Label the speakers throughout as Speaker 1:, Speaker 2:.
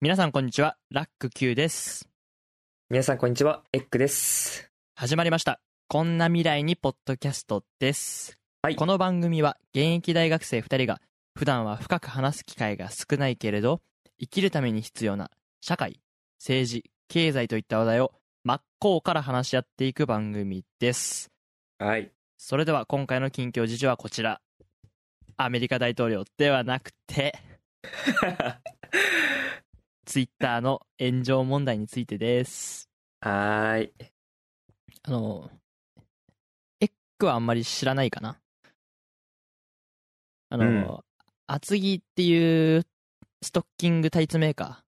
Speaker 1: 皆さんこんにちはラック Q です
Speaker 2: 皆さんこんにちは、エッグです。
Speaker 1: 始まりましたこんな未来にポッドキャストです、
Speaker 2: はい
Speaker 1: この番組は現役大学生2人が普段は深く話す機会が少ないけれど生きるために必要な社会政治経済といった話題を真っ向から話し合っていく番組です
Speaker 2: はい。
Speaker 1: それでは今回の近況事情はこちらアメリカ大統領ではなくてツイッターの炎上問題についてです
Speaker 2: はーい。
Speaker 1: あの、エッグはあんまり知らないかな。あの、
Speaker 2: うん
Speaker 1: 厚木っていうストッキングタイツメーカ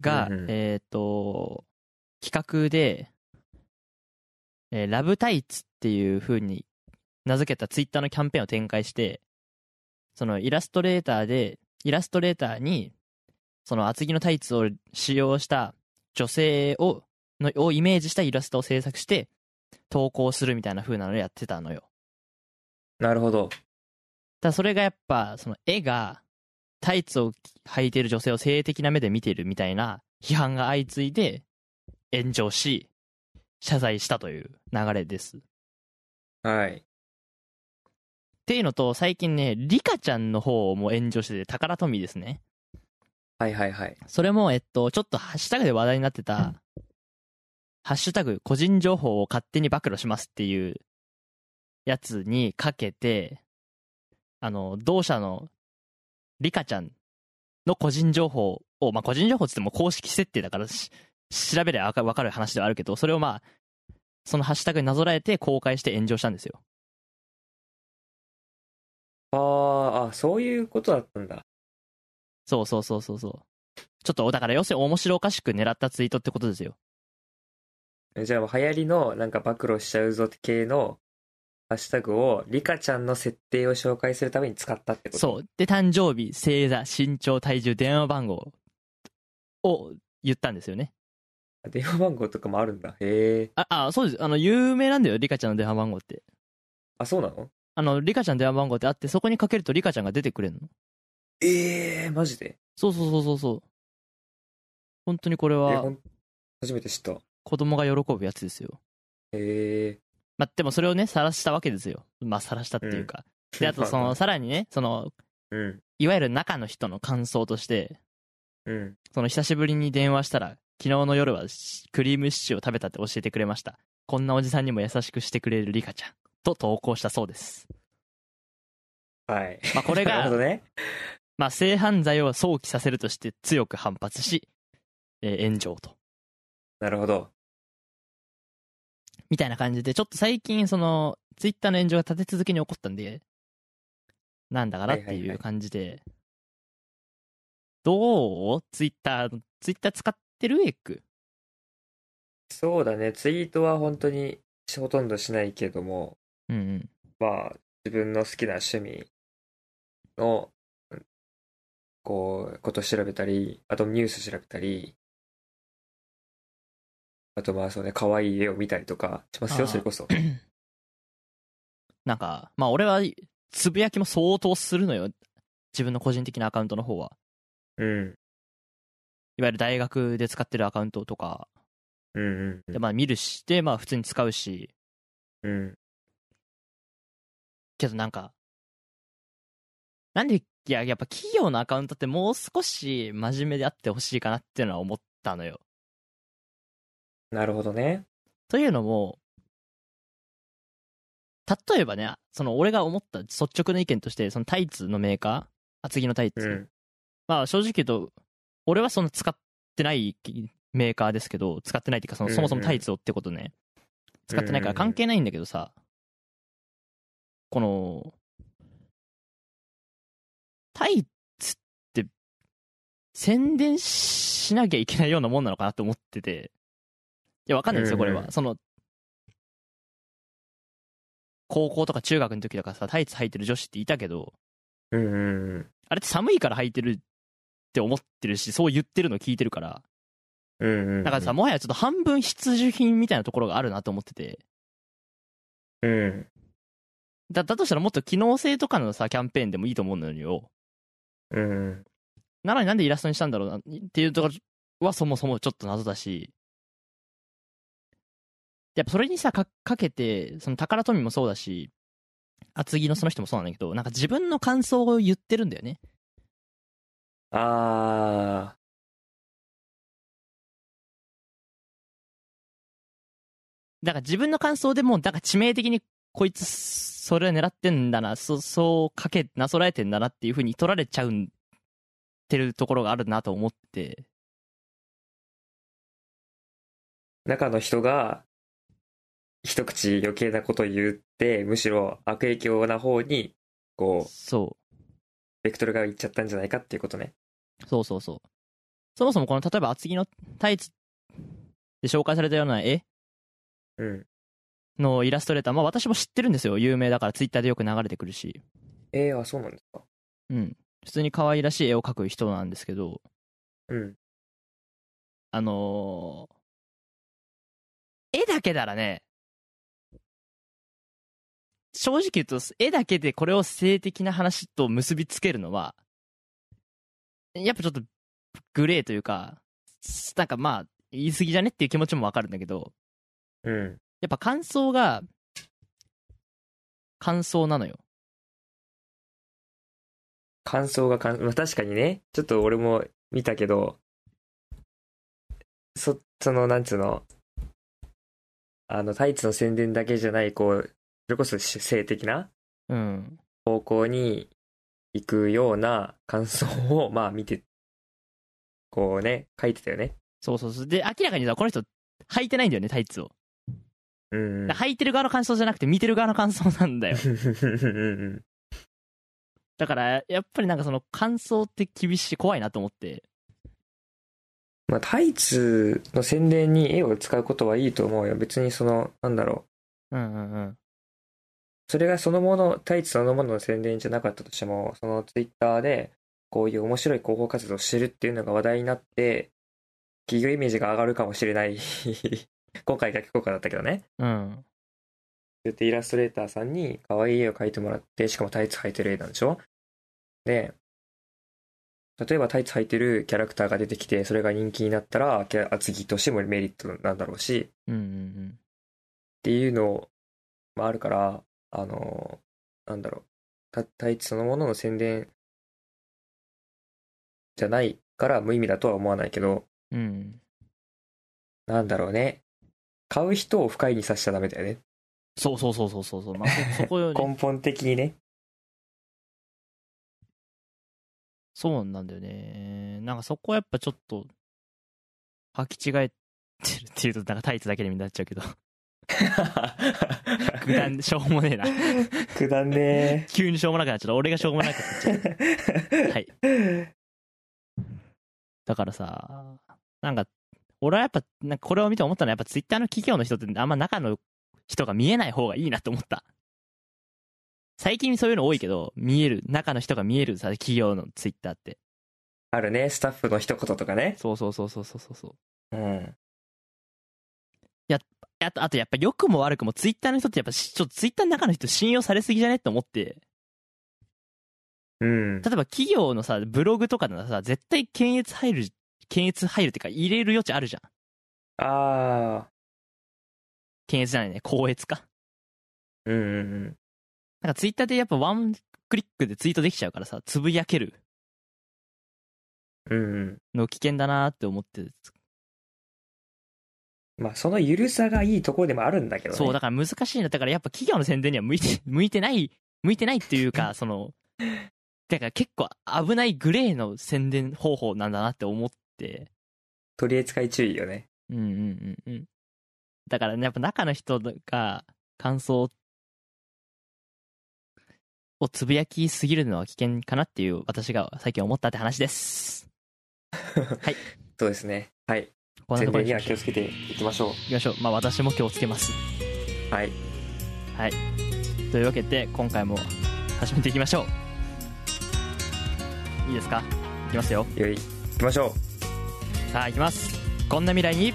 Speaker 1: ーが、
Speaker 2: うんうん
Speaker 1: えっ、と、企画で、えーラブタイツっていう風に名付けたツイッターのキャンペーンを展開して、そのイラストレーターで、イラストレーターに、その厚木のタイツを使用した女性を、のをイメージしたイラストを制作して、投稿するみたいな風なのをやってたのよ。
Speaker 2: なるほど。
Speaker 1: ただそれがやっぱ、その絵が、タイツを履いている女性を性的な目で見ているみたいな批判が相次いで、炎上し、謝罪したという流れです。っ
Speaker 2: はい。
Speaker 1: ていうのと、最近ね、リカちゃんの方も炎上してて、宝富ですね。
Speaker 2: はいはいはい。
Speaker 1: それも、えっと、ちょっとハッシュタグで話題になってた、ハッシュタグ、個人情報を勝手に暴露しますっていうやつにかけて、あの、同社のリカちゃんの個人情報を、まあ、個人情報っつっても公式設定だからし調べればわかわかる話ではあるけど、それをまあ、そのハッシュタグになぞらえて公開して炎上したんですよ。
Speaker 2: あーあ、そういうことだったんだ。
Speaker 1: そうそうそうそうそう。ちょっと、だから要するに面白おかしく狙ったツイートってことですよ。
Speaker 2: えじゃあもう流行りのなんか暴露しちゃうぞ系のハッシュタグをリカちゃんの設定を紹介するために使ったってことう。
Speaker 1: そう。で、誕生日、星座、身長、体重、電話番号を言ったんですよね。
Speaker 2: 電話番号とかもあるんだ。へえ。
Speaker 1: あ、あ、そうです。あの、有名なんだよ、リカちゃんの電話番号って。
Speaker 2: あ、そうなの
Speaker 1: あの、リカちゃんの電話番号ってあって、そこにかけるとリカちゃんが出てくれるの。
Speaker 2: ええー、マジで
Speaker 1: そうそうそうそうそう。本当にこれ
Speaker 2: え
Speaker 1: は
Speaker 2: ほん初めて知った。
Speaker 1: 子供が喜ぶやつですよ。
Speaker 2: へえ。
Speaker 1: まあ、でもそれをね、晒したわけですよ。まあ、晒したっていうか。で、あと、その、さらにね、その、
Speaker 2: うん。
Speaker 1: いわゆる中の人の感想として、
Speaker 2: うん。
Speaker 1: その久しぶりに電話したら、昨日の夜はしクリームシチューを食べたって教えてくれました。こんなおじさんにも優しくしてくれるリカちゃん。と投稿したそうです。
Speaker 2: はい。
Speaker 1: まあ、これ
Speaker 2: なるほ
Speaker 1: が、
Speaker 2: どね。
Speaker 1: まあ、性犯罪を想起させるとして強く反発し、えー炎上と。
Speaker 2: なるほど。
Speaker 1: みたいな感じで、ちょっと最近、その、ツイッターの炎上が立て続けに起こったんで、なんだかなって
Speaker 2: はいはい
Speaker 1: い
Speaker 2: は
Speaker 1: う
Speaker 2: い
Speaker 1: 感じで、どうツイッター、ツイッター使ってるエッグ
Speaker 2: そうだね。ツイートは本当にほとんどしないけども、
Speaker 1: うんうん。
Speaker 2: まあ、自分の好きな趣味の、うんこう、こと調べたり、あとニュース調べたり、あとまあ、そうね、可愛い絵を見たりとかしますよ、
Speaker 1: あー
Speaker 2: それこそ。
Speaker 1: なんか、まあ俺は、つぶやきも相当するのよ。自分の個人的なアカウントの方は。
Speaker 2: うん、
Speaker 1: いわゆる大学で使ってるアカウントとか、
Speaker 2: うん、うん
Speaker 1: で、まあ見るし、で、まあ普通に使うし、
Speaker 2: うん、うん。
Speaker 1: けどなんか、なんで、いや、やっぱ企業のアカウントってもう少し真面目であってほしいかなっていうのは思ったのよ。
Speaker 2: なるほどね。
Speaker 1: というのも、例えばね、その俺が思った率直な意見として、そのタイツのメーカー、厚木のタイツ、
Speaker 2: うん、
Speaker 1: まあ正直言うと、俺はその使ってないメーカーですけど、使ってないっていうかその、
Speaker 2: うんうん
Speaker 1: そもそもタイツをってことね、使ってないから関係ないんだけどさ、この、タイツって宣伝しなきゃいけないようなもんなのかなと思ってて、いや、わかんないんですよ、これ
Speaker 2: うんう
Speaker 1: は。その、高校とか中学の時とかさ、タイツ履いてる女子っていたけど、
Speaker 2: うん、うん、うん
Speaker 1: あれって寒いから履いてるって思ってるし、そう言ってるの聞いてるから。
Speaker 2: うん、うん。
Speaker 1: だからさ、もはやちょっと半分必需品みたいなところがあるなと思ってて。
Speaker 2: うん、
Speaker 1: だ、だとしたらもっと機能性とかのさ、キャンペーンでもいいと思うのよ。
Speaker 2: うん、
Speaker 1: なのになんでイラストにしたんだろうなっていうところはそもそもちょっと謎だし、やっぱそれにさ、かかけて、その宝富もそうだし、厚木のその人もそうなんだけど、なんか自分の感想を言ってるんだよね。
Speaker 2: あ
Speaker 1: だから自分の感想でもう、だから致命的にこいつ、それ狙ってんだな、そそうかけ、なぞらえてんだなっていう風に取られちゃうんってるところがあるなと思って、
Speaker 2: ー、中の人が、一口余計なこと言って、むしろ悪影響な方に、こう、
Speaker 1: そう。
Speaker 2: ベクトルがいっちゃったんじゃないかっていうことね。
Speaker 1: そうそうそう。そもそもこの、例えば厚木のタイツで紹介されたような絵
Speaker 2: うん。
Speaker 1: のイラストレーター、まあ私も知ってるんですよ。有名だからツイッターでよく流れてくるし。
Speaker 2: えー、あ、そうなんですか。
Speaker 1: うん。普通に可愛らしい絵を描く人なんですけど、
Speaker 2: うん。
Speaker 1: あのー絵だけならね、正直言うと、絵だけでこれを性的な話と結びつけるのは、やっぱちょっとグレーというか、なんかまあ、言い過ぎじゃねっていう気持ちもわかるんだけど、
Speaker 2: うん。
Speaker 1: やっぱ感想が、感想なのよ。
Speaker 2: 感想がかん、まあ、確かにね、ちょっと俺も見たけど、そ、その、なんつうの、あの、タイツの宣伝だけじゃない、こう、それこそ性的な
Speaker 1: うん。
Speaker 2: 方向に行くような感想を、まあ見て、こうね、書いてたよね。
Speaker 1: そうそうそう。で、明らかにさ、この人、履いてないんだよね、タイツを。
Speaker 2: うん。
Speaker 1: だから履いてる側の感想じゃなくて、見てる側の感想なんだよ。
Speaker 2: うん
Speaker 1: だから、やっぱりなんかその感想って厳しい、怖いなと思って。
Speaker 2: まあ、タイツの宣伝に絵を使うことはいいと思うよ。別にその、なんだろう。
Speaker 1: うんうんうん。
Speaker 2: それがそのもの、タイツそのものの宣伝じゃなかったとしても、そのツイッターで、こういう面白い広報活動をしてるっていうのが話題になって、企業イメージが上がるかもしれない。 今回逆効果だったけどね。
Speaker 1: うん。
Speaker 2: そうやってイラストレーターさんに可愛い絵を描いてもらって、しかもタイツ履いてる絵なんでしょで、例えばタイツ履いてるキャラクターが出てきて、それが人気になったら、キャ厚木としてもメリットなんだろうし、
Speaker 1: うんうん
Speaker 2: っていうのもあるから、あの、なんだろう、たタイツそのものの宣伝じゃないから無意味だとは思わないけど、
Speaker 1: うん。うん。
Speaker 2: なんだろうね。買う人を不快にさせちゃダメだよね。
Speaker 1: そうそうそうそうそうそう。まあ、 そそこよね。
Speaker 2: 根本的に ね。
Speaker 1: そうなんだよね。なんかそこはやっぱちょっと、履き違えてるっていうと、なんかタイツだけになっちゃ うけど。
Speaker 2: く
Speaker 1: 無難でしょうもねえな。
Speaker 2: くだんね
Speaker 1: 急にしょうもなくなっちゃった。俺がしょうもなくなっちゃった。
Speaker 2: ー。
Speaker 1: はい。だからさ、なんか、俺はやっぱ、なんかこれを見て思ったのは、やっぱツイッターの企業の人ってあんま中の人が見えない方がいいなと思った。最近そういうの多いけど、見える、中の人が見えるさ、企業のツイッターって。
Speaker 2: あるね、スタッフの一言とかね。
Speaker 1: そうそうそうそうそうそうそう。
Speaker 2: うん。
Speaker 1: あと、あとやっぱ良くも悪くもツイッターの人ってやっぱしちょっとツイッターの中の人信用されすぎじゃねって思って、
Speaker 2: うん。
Speaker 1: 例えば企業のさ、ブログとかならさ、絶対検閲入る、検閲入るっていうか入れる余地あるじゃん。
Speaker 2: あ
Speaker 1: 検閲じゃないね、高閲か。
Speaker 2: ー。うんうんうん。
Speaker 1: なんかツイッターでやっぱワンクリックでツイートできちゃうからさ、つぶやける
Speaker 2: うんうん。
Speaker 1: の危険だなって思って、
Speaker 2: まあ、そのゆるさがいいところでもあるんだけどね。
Speaker 1: そう、だから難しいな。だからやっぱ企業の宣伝には向いて、 向いてない、向いてないっていう か、その、だから結構危ないグレーの宣伝方法なんだなって思って、
Speaker 2: 取り扱い注意よね。
Speaker 1: うんうんうんうん。だからね、やっぱ中の人が感想をつぶやきすぎるのは危険かなっていう私が最近思ったって話です。
Speaker 2: そうですね。はい。
Speaker 1: こんな
Speaker 2: 宣
Speaker 1: ところ
Speaker 2: 伝
Speaker 1: に行
Speaker 2: には気をつけていきましょ
Speaker 1: きましょう。まあ私も気をつけます。
Speaker 2: う。はい。
Speaker 1: というわけで今回も始めていきましょういいですかいきますよ
Speaker 2: よい。行きましょ
Speaker 1: さあいきますこんな未来に
Speaker 2: う。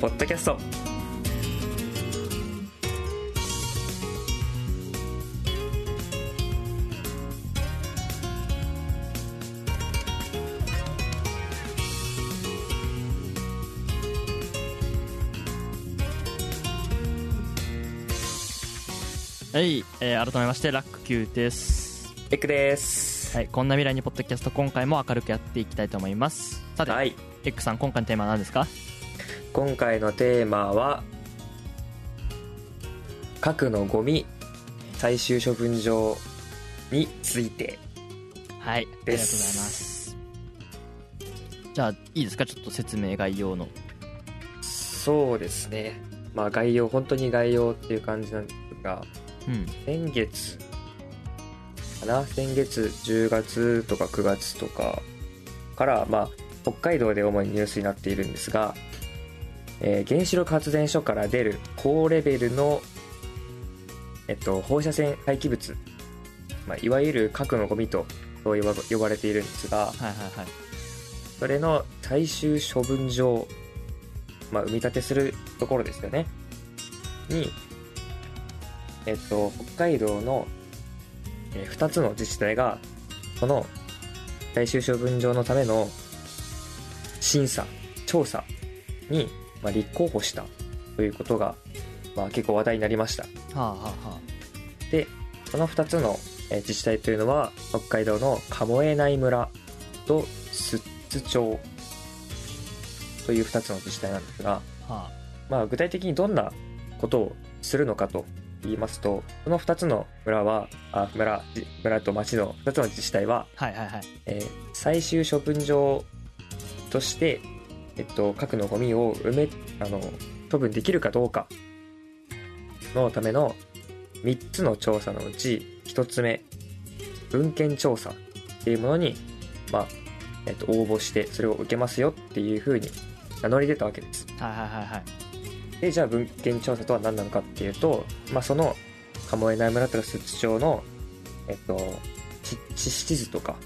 Speaker 2: ポッドキャスト。
Speaker 1: はい、えー改めましてラック Q です
Speaker 2: エックです。
Speaker 1: はいこんな未来にポッドキャスト今回も明るくやっていきたいと思いますさて、
Speaker 2: はい。
Speaker 1: エックさん今回のテーマは何ですか
Speaker 2: 今回のテーマは、核のゴミ最終処分場について
Speaker 1: はいありがとうござい
Speaker 2: で
Speaker 1: ます
Speaker 2: す。
Speaker 1: じゃあいいですかちょっと説明概要の
Speaker 2: そうですね。まあ概要、本当に概要っていう感じなんですが、
Speaker 1: うん
Speaker 2: 先月かな先月10月とか9月とかから、まあ、北海道で主にニュースになっているんですが、えー原子力発電所から出る高レベルの、えっと、放射線廃棄物、まあ、いわゆる核のゴミとそう呼ば呼ばれているんですが
Speaker 1: はいはいはい
Speaker 2: それの最終処分場、まあ、埋め立てするところですよねに、えっと、北海道の、えー2つの自治体がこの最終処分場のための審査調査に、まあ、立候補したということが、まあ、結構話題になりました
Speaker 1: はあはあは
Speaker 2: でこの2つのえー自治体というのは北海道の鴨江内村と寿都町という2つの自治体なんですが、
Speaker 1: あは
Speaker 2: まあ、具体的にどんなことをするのかと言いますとこの2つの村はあ村じ村と町の2つの自治体は、
Speaker 1: あはいはいはい
Speaker 2: えー最終処分場として、えっと、核のゴミを埋めあの処分できるかどうかのための3つの調査のうち1つ目文献調査っていうものに、まあえっと、応募してそれを受けますよっていうふうに名乗り出たわけです。
Speaker 1: はいはいはいはい
Speaker 2: でじゃあ文献調査とは何なのかっていうと、まあ、その鴨江内村とか寿都町の、えっと、地地質図とか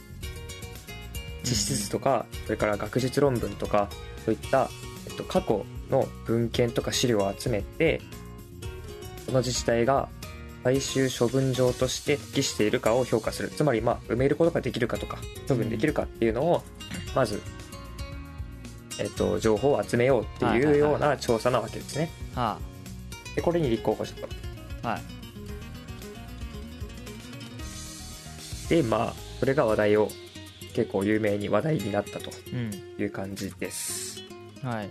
Speaker 2: 地質図とか、それから学術論文とかそういった、えっと、過去の文献とか資料を集めてその自治体が最終処分場として適しているかを評価するつまり、まあ、埋めることができるかとか処分できるかっていうのをまず、えっと、情報を集めようって
Speaker 1: はいはい
Speaker 2: い
Speaker 1: は
Speaker 2: う
Speaker 1: い
Speaker 2: ような調査なわけですね。
Speaker 1: は
Speaker 2: でこれに立候補したと
Speaker 1: あはい
Speaker 2: でまあそれが話題を結構有名に話題になったと
Speaker 1: うん
Speaker 2: いう感じです
Speaker 1: はい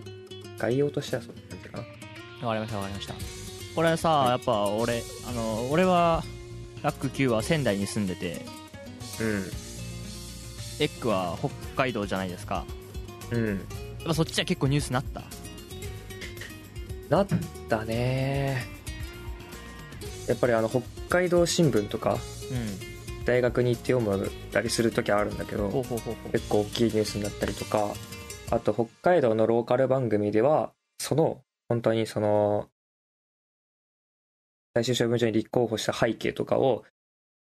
Speaker 2: 概要としてはそんな感じかな
Speaker 1: わかりましたわかりましたこれさ、
Speaker 2: はい
Speaker 1: やっぱ俺あの俺はラック Q は仙台に住んでてエッグは北海道じゃないですか
Speaker 2: うんうん
Speaker 1: やっぱそっちは結構ニュースなった
Speaker 2: なったねやっぱりあの北海道新聞とか
Speaker 1: うん
Speaker 2: 大学に行って読むたりする時あるんだけ
Speaker 1: ほう
Speaker 2: ど
Speaker 1: ほうほうほう
Speaker 2: 結構大きいニュースになったりとかあと北海道のローカル番組ではその本当にその最終処分所に立候補した背景とかを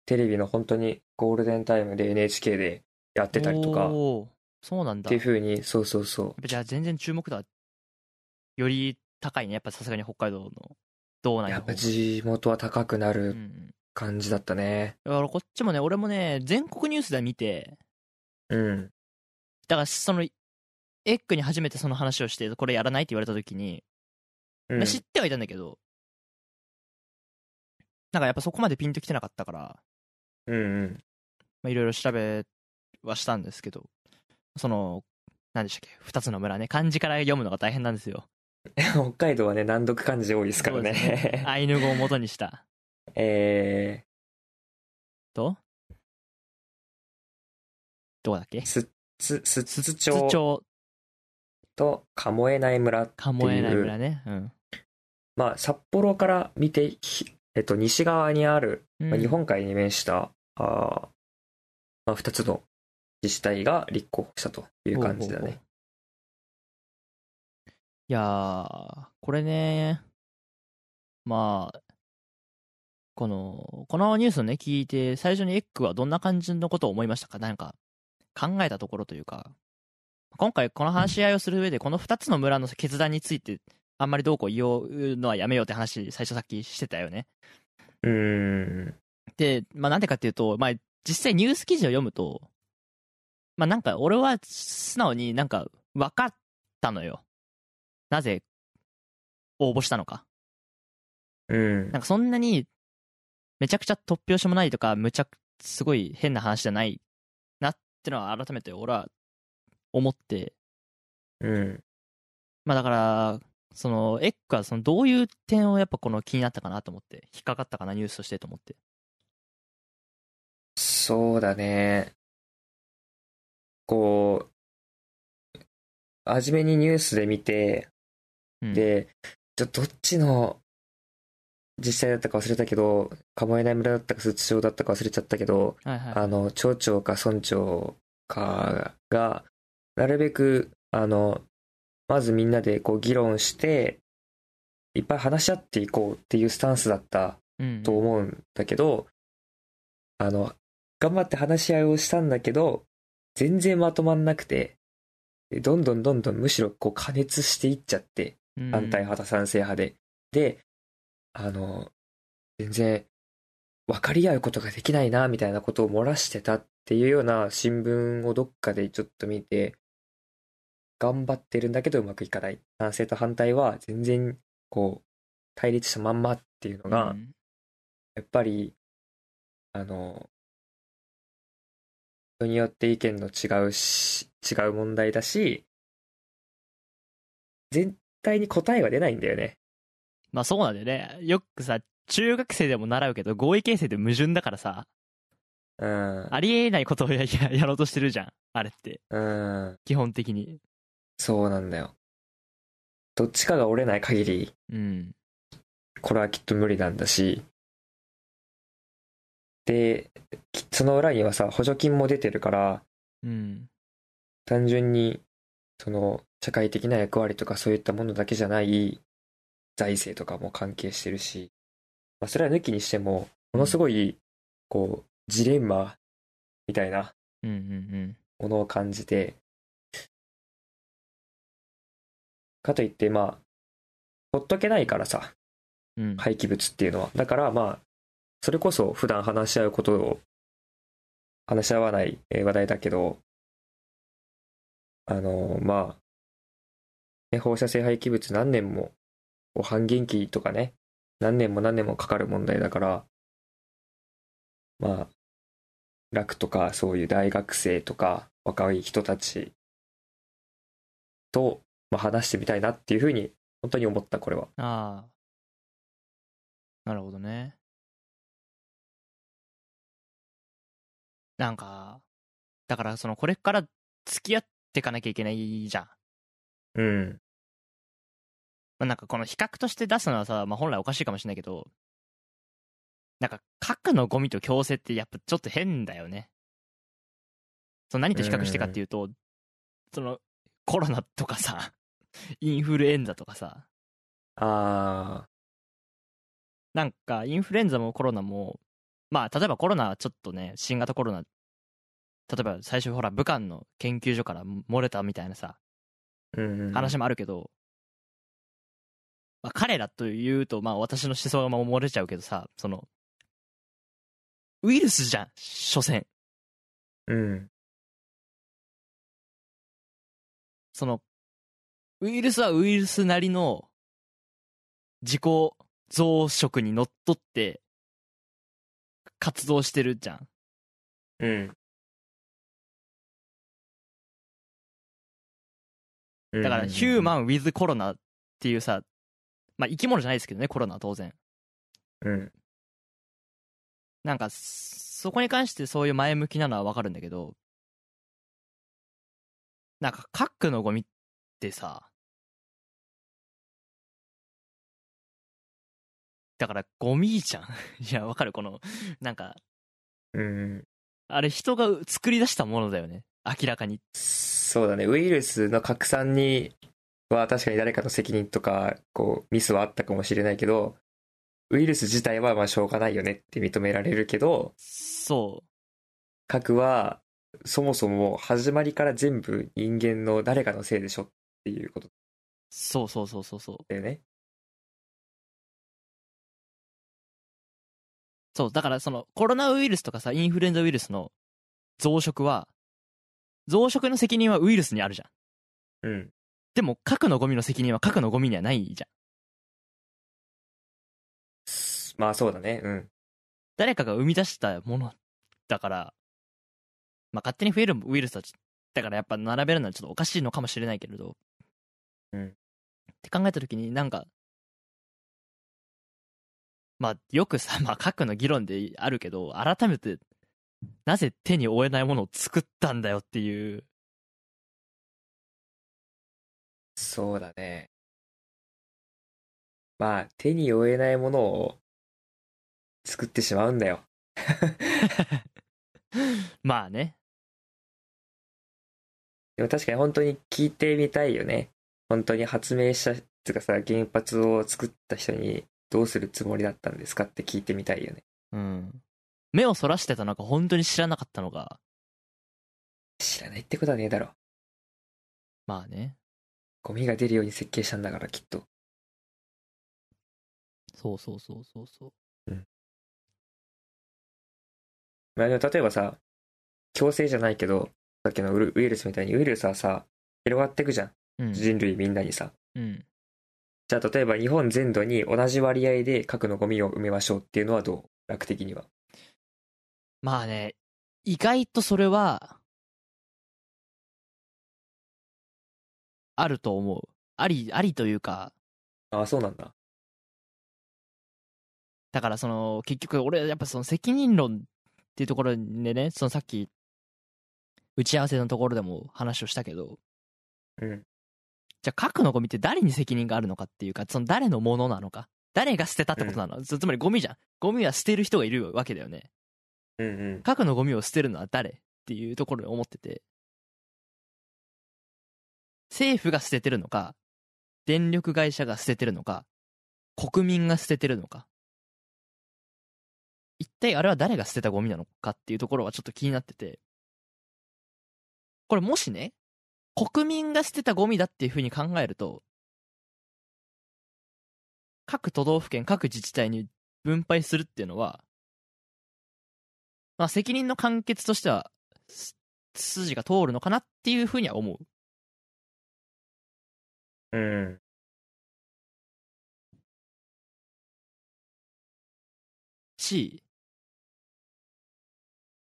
Speaker 2: テレビの本当にゴールデンタイムで NHK でやってたりとかっ
Speaker 1: おーそうなんだ
Speaker 2: ていう風にそうそうそ
Speaker 1: やっぱじゃあ全然注目度はより高いねやっぱさすがに北海道の道内
Speaker 2: う
Speaker 1: の
Speaker 2: や
Speaker 1: 方
Speaker 2: っぱ地元は高くな
Speaker 1: う
Speaker 2: る
Speaker 1: ん
Speaker 2: 感じだったね
Speaker 1: だからこっちもね俺もね全国ニュースで見て
Speaker 2: うん
Speaker 1: だからそのエッグに初めてその話をしてこれやらないって言われた時に
Speaker 2: うん
Speaker 1: 知ってはいたんだけど、なんかやっぱそこまでピンときてなかったから、
Speaker 2: うんうん
Speaker 1: まあいろいろ調べはしたんですけど、その、何でしたっけ、二つの村ね、漢字から読むのが大変なんですよ。
Speaker 2: 北海道はね難読漢字多いですからね
Speaker 1: そうです ねアイヌ語を元にした。
Speaker 2: え
Speaker 1: とどこだっけ
Speaker 2: ーすつす
Speaker 1: す
Speaker 2: つ
Speaker 1: 津
Speaker 2: 町
Speaker 1: 町、
Speaker 2: と鴨江内村
Speaker 1: かもえない村ね。うん
Speaker 2: まあ、札幌から見て、ひえっと、西側にある、
Speaker 1: うん。
Speaker 2: まあ、日本海に面した、あーまあ、2つの自治体が立候補したという感じだ
Speaker 1: ほうほう
Speaker 2: ね
Speaker 1: ほ。ういやーこれねまあこのこのニュースをね聞いて最初にエッグはどんな感じのことを思いましたかなんか考えたところというか今回この話し合いをする上でこの2つの村の決断についてあんまりどうこう言おうのはやめようって話最初さっきしてたよね
Speaker 2: うーん。
Speaker 1: で、まあ、なんでかっていうと、まあ、実際ニュース記事を読むと、まあ、なんか俺は素直になんか分かったのよ。なぜ応募したのか。
Speaker 2: うん
Speaker 1: なん。かそんなにめちゃくちゃ突拍子もないとか、むちゃく、すごい変な話じゃないなってのは改めて俺は思って、
Speaker 2: うん。
Speaker 1: まあだから、その、エッグはそのどういう点をやっぱこの気になったかなと思って、引っかかったかな、ニュースとしてと思って。
Speaker 2: そうだね。こう、初めにニュースで見て、
Speaker 1: うん、
Speaker 2: で、ちょどっちの実際だったか忘れたけど、構えない村だったか、寿都町だったか忘れちゃったけど、
Speaker 1: はいはい。
Speaker 2: あの、町長か村長かが、なるべく、あの、まずみんなでこう議論して、いっぱい話し合っていこうっていうスタンスだった
Speaker 1: うん、
Speaker 2: と思うんだけど、あの、頑張って話し合いをしたんだけど、全然まとまんなくて、でどんどんどんどんむしろこう加熱していっちゃって、
Speaker 1: うん
Speaker 2: 反対派と賛成派で。で、あの、全然分かり合うことができないな、みたいなことを漏らしてたっていうような新聞をどっかでちょっと見て、頑張ってるんだけどうまくいかない。賛成と反対は全然こう、対立したまんまっていうのが、
Speaker 1: うん
Speaker 2: やっぱり、あの、人によって意見の違うし、違う問題だし、全体に答えは出ないんだよね。
Speaker 1: まあそうなんだよね。よくさ、中学生でも習うけど、合意形成って矛盾だからさ、
Speaker 2: うん。
Speaker 1: ありえないことをやややろうとしてるじゃん、あれって。
Speaker 2: うん。
Speaker 1: 基本的に。
Speaker 2: そうなんだよ。どっちかが折れない限り、
Speaker 1: うん。
Speaker 2: これはきっと無理なんだし。で、きその裏にはさ、補助金も出てるから、
Speaker 1: うん。
Speaker 2: 単純に、その、社会的な役割とかそういったものだけじゃない財政とかも関係してるし、まあ、それは抜きにしても、ものすごい、こう、ジレンマみたいな
Speaker 1: うんうん
Speaker 2: ものを感じて、かといって、まあ、ほっとけないからさ、
Speaker 1: うん。うん。
Speaker 2: 廃棄物っていうのは。だからまあ、それこそ普段話し合うことを、話し合わないえー話題だけど、あの、まあ、ね、放射性廃棄物何年も、こう半減期とかね、何年も何年もかかる問題だから、まあ、楽とかそういう大学生とか若い人たちと、まあ、話してみたいなっていうふうに、本当に思った、これは。
Speaker 1: ああ。なるほどね。なんか、だからそのこれから付き合っていかなきゃいけないじゃん。ま
Speaker 2: うん。
Speaker 1: あ、なんかこの比較として出すのはさ、まあ、本来おかしいかもしれないけど、なんか核のゴミと共生ってやっぱちょっと変だよね。その何と比較してかっていうと、そのコロナとかさ、 インフルエンザとかさ、
Speaker 2: ああ。
Speaker 1: なんか、インフルエンザもコロナも、まあ、例えばコロナはちょっとね、新型コロナ、例えば最初ほら、武漢の研究所から漏れたみたいなさ、話
Speaker 2: 話
Speaker 1: もあるけど、まあ、彼らというと、まあ、私の思想が漏れちゃうけどさ、その、ウイルスじゃん、所詮。
Speaker 2: うん。
Speaker 1: その、ウイルスはウイルスなりの、自己増殖にのっとって、活動してるじゃん。
Speaker 2: うん。
Speaker 1: だから、ヒューマン・ウィズ・コロナっていうさ、まあ、生き物じゃないですけどね、コロナは当然。
Speaker 2: ン。うん。
Speaker 1: なんか、そこに関してそういう前向きなのはわかるんだけど、なんか、核のゴミってさ、だから、ゴミじゃん。 いや、わかる、この、なんか、
Speaker 2: うん。
Speaker 1: あれ、人が作り出したものだよね。明らかに。
Speaker 2: そうだね。ウイルスの拡散には確かに誰かの責任とか、こう、ミスはあったかもしれないけど、ウイルス自体はまあしょうがないよねって認められるけど、
Speaker 1: そう。
Speaker 2: 核はそもそも始まりから全部人間の誰かのせいでしょっていうこと
Speaker 1: そうそうそうそうそう。
Speaker 2: だよね。
Speaker 1: そう、だからそのコロナウイルスとかさ、インフルエンザウイルスの増殖は、増殖の責任はウイルスにあるじゃん。
Speaker 2: うん。
Speaker 1: でも核のゴミの責任は核のゴミにはないじゃん。
Speaker 2: まあそうだね。うん。
Speaker 1: 誰かが生み出したものだから、まあ、勝手に増えるウイルスたち、だからやっぱ並べるのはちょっとおかしいのかもしれないけれど、
Speaker 2: うん
Speaker 1: って考えたときになんか、まあ、よくさ、まあ、核の議論であるけど、改めて、なぜ手に負えないものを作ったんだよっていう、
Speaker 2: そうだね。まあ、手に負えないものを作ってしまうんだよ。
Speaker 1: まあね、
Speaker 2: でも確かに本当に聞いてみたいよね。本当に発明した、つうかさ、原発を作った人にどうするつもりだったんですかって聞いてみたいよね。
Speaker 1: うん。目をそらしてたのか本当に知らなかったのか、
Speaker 2: 知らないってことはねえだろ。
Speaker 1: まあね、
Speaker 2: ゴミが出るように設計したんだからきっと。
Speaker 1: そうそうそうそうそう。
Speaker 2: まあでも例えばさ、強制じゃないけど、さっきのウルウイルスみたいにウイルスはさ、広がってくじゃん。
Speaker 1: うん。
Speaker 2: 人類みんなにさ。
Speaker 1: うん。
Speaker 2: じゃあ例えば日本全土に同じ割合で核のゴミを埋めましょうっていうのはどう楽的には。
Speaker 1: まあね、意外とそれは、あると思う。あり、ありというか、
Speaker 2: ああ、そうなんだ。
Speaker 1: だからその、結局俺、やっぱその責任論っていうところでね、そのさっき、打ち合わせのところでも話をしたけど、
Speaker 2: うん。
Speaker 1: じゃあ核のゴミって誰に責任があるのかっていうか、その誰のものなのか。誰が捨てたってことなの、つつまりゴミじゃん。ゴミは捨てる人がいるわけだよね。
Speaker 2: うんうん。
Speaker 1: 核のゴミを捨てるのは誰っていうところで思ってて政府が捨ててるのか電力会社が捨ててるのか国民が捨ててるのか一体あれは誰が捨てたゴミなのかっていうところはちょっと気になっててこれもしね国民が捨てたゴミだっていうふうに考えると各都道府県各自治体に分配するっていうのはまあ、責任の完結としては、す筋が通るのかなっていうふうには思う。
Speaker 2: うん。
Speaker 1: し、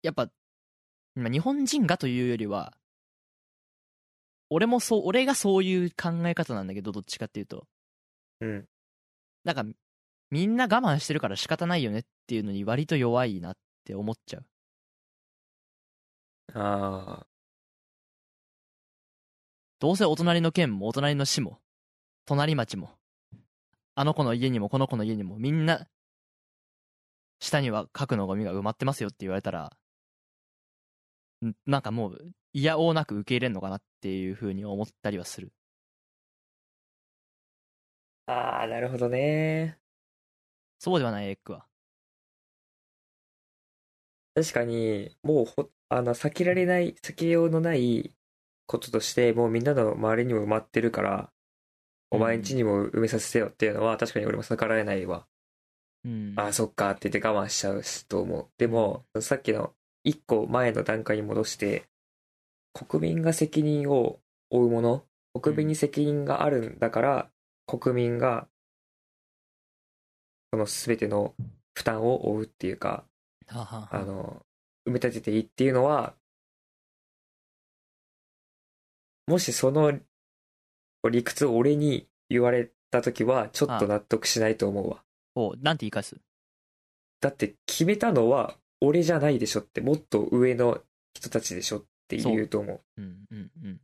Speaker 1: やっぱ、まあ日本人がというよりは、俺もそう、俺がそういう考え方なんだけど、どっちかっていうと。
Speaker 2: うん。
Speaker 1: なんか、みんな我慢してるから仕方ないよねっていうのに割と弱いなって思っちゃう。
Speaker 2: ああ。
Speaker 1: どうせお隣の県もお隣の市も、隣町も、あの子の家にもこの子の家にもみんな、下には核のゴミが埋まってますよって言われたら、んなんかもう、いやおうなく受け入れんのかなっていうふうに思ったりはする。
Speaker 2: ああ、なるほどね。
Speaker 1: そうではない、エッグは。
Speaker 2: 確かに、もうほ、あの、避けられない、避けようのないこととして、もうみんなの周りにも埋まってるから、お前んちにも埋めさせてよっていうのは、確かに俺も逆らえないわ。
Speaker 1: うん。
Speaker 2: ああ、そっかって言って我慢しちゃうしと思う。でも、さっきの一個前の段階に戻して、国民が責任を負うもの、国民に責任があるんだから、国民が、その全ての負担を負うっていうか、
Speaker 1: はは
Speaker 2: あ
Speaker 1: は
Speaker 2: の、埋め立てていいっていうのは、もしその理屈を俺に言われた時は、ちょっと納得しないと思うわ。
Speaker 1: おなんて言い返す
Speaker 2: だって決めたのは俺じゃないでしょって、もっと上の人たちでしょって言うと思う。
Speaker 1: うん、うん、うん。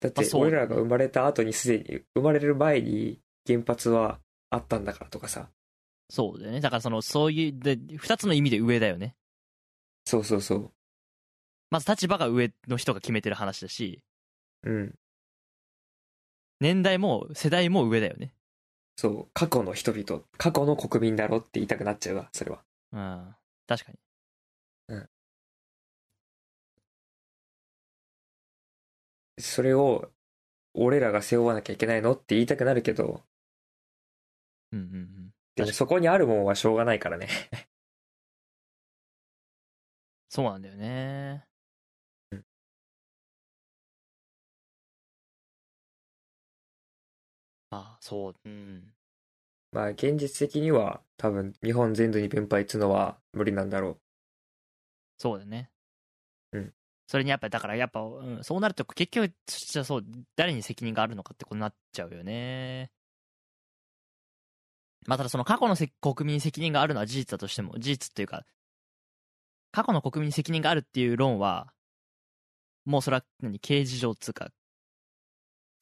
Speaker 2: だっ
Speaker 1: まあ
Speaker 2: て
Speaker 1: そう
Speaker 2: 俺らが生まれた後にすでに、生まれる前に原発はあったんだからとかさ。
Speaker 1: そうだよね。だからその、そういう、で、二つの意味で上だよね。
Speaker 2: そうそうそう。
Speaker 1: まず立場が上の人が決めてる話だし、
Speaker 2: うん。
Speaker 1: 年代も世代も上だよね。
Speaker 2: そう。過去の人々、過去の国民だろって言いたくなっちゃうわ、それは。
Speaker 1: うん。確かに。
Speaker 2: それを俺らが背負わなきゃいけないのって言いたくなるけど、
Speaker 1: うんうんうん。確か
Speaker 2: でも
Speaker 1: に
Speaker 2: そこにあるもんはしょうがないからね。
Speaker 1: そうなんだよね
Speaker 2: うん。
Speaker 1: まあ、そう、うん。
Speaker 2: まあ現実的には多分日本全土に分配っつうのは無理なんだろ
Speaker 1: そうだよね。
Speaker 2: うん。
Speaker 1: それにやっぱ、だからやっぱ、うん、そうなると結局、じゃあそう、誰に責任があるのかってことになっちゃうよね。まあ、ただその過去のせ国民に責任があるのは事実だとしても、事実っていうか、過去の国民に責任があるっていう論は、もうそれは何、刑事上っつうか、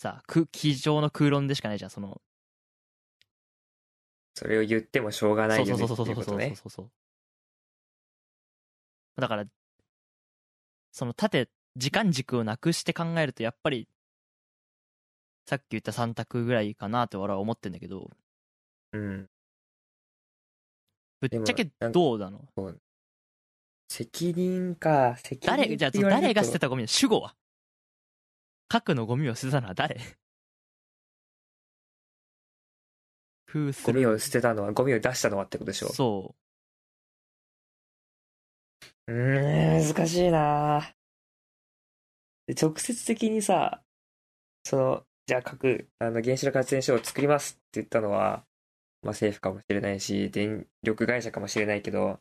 Speaker 1: さ、空気上の空論でしかないじゃん、その、
Speaker 2: うそれを言ってもしょうがないよ
Speaker 1: そう
Speaker 2: ねって
Speaker 1: そう
Speaker 2: い
Speaker 1: そううそう
Speaker 2: こ
Speaker 1: そ
Speaker 2: と
Speaker 1: うそう
Speaker 2: ね
Speaker 1: そうそうだからその縦時間軸をなくして考えるとやっぱりさっき言った3択ぐらいかなって俺は思ってんだけど
Speaker 2: うん
Speaker 1: ぶっちゃけ
Speaker 2: でもなん
Speaker 1: どうなの
Speaker 2: 責任か責任
Speaker 1: 誰じゃあ
Speaker 2: って言われると
Speaker 1: 誰が捨てたゴミ主語は核のゴミを捨てたのは誰 Who
Speaker 2: ゴ
Speaker 1: threw
Speaker 2: ミを捨てたのはゴミを出したのはってことでしょ
Speaker 1: そう
Speaker 2: うーん難しいなで直接的にさそのじゃあ核あの原子力発電所を作りますって言ったのは、まあ、政府かもしれないし電力会社かもしれないけど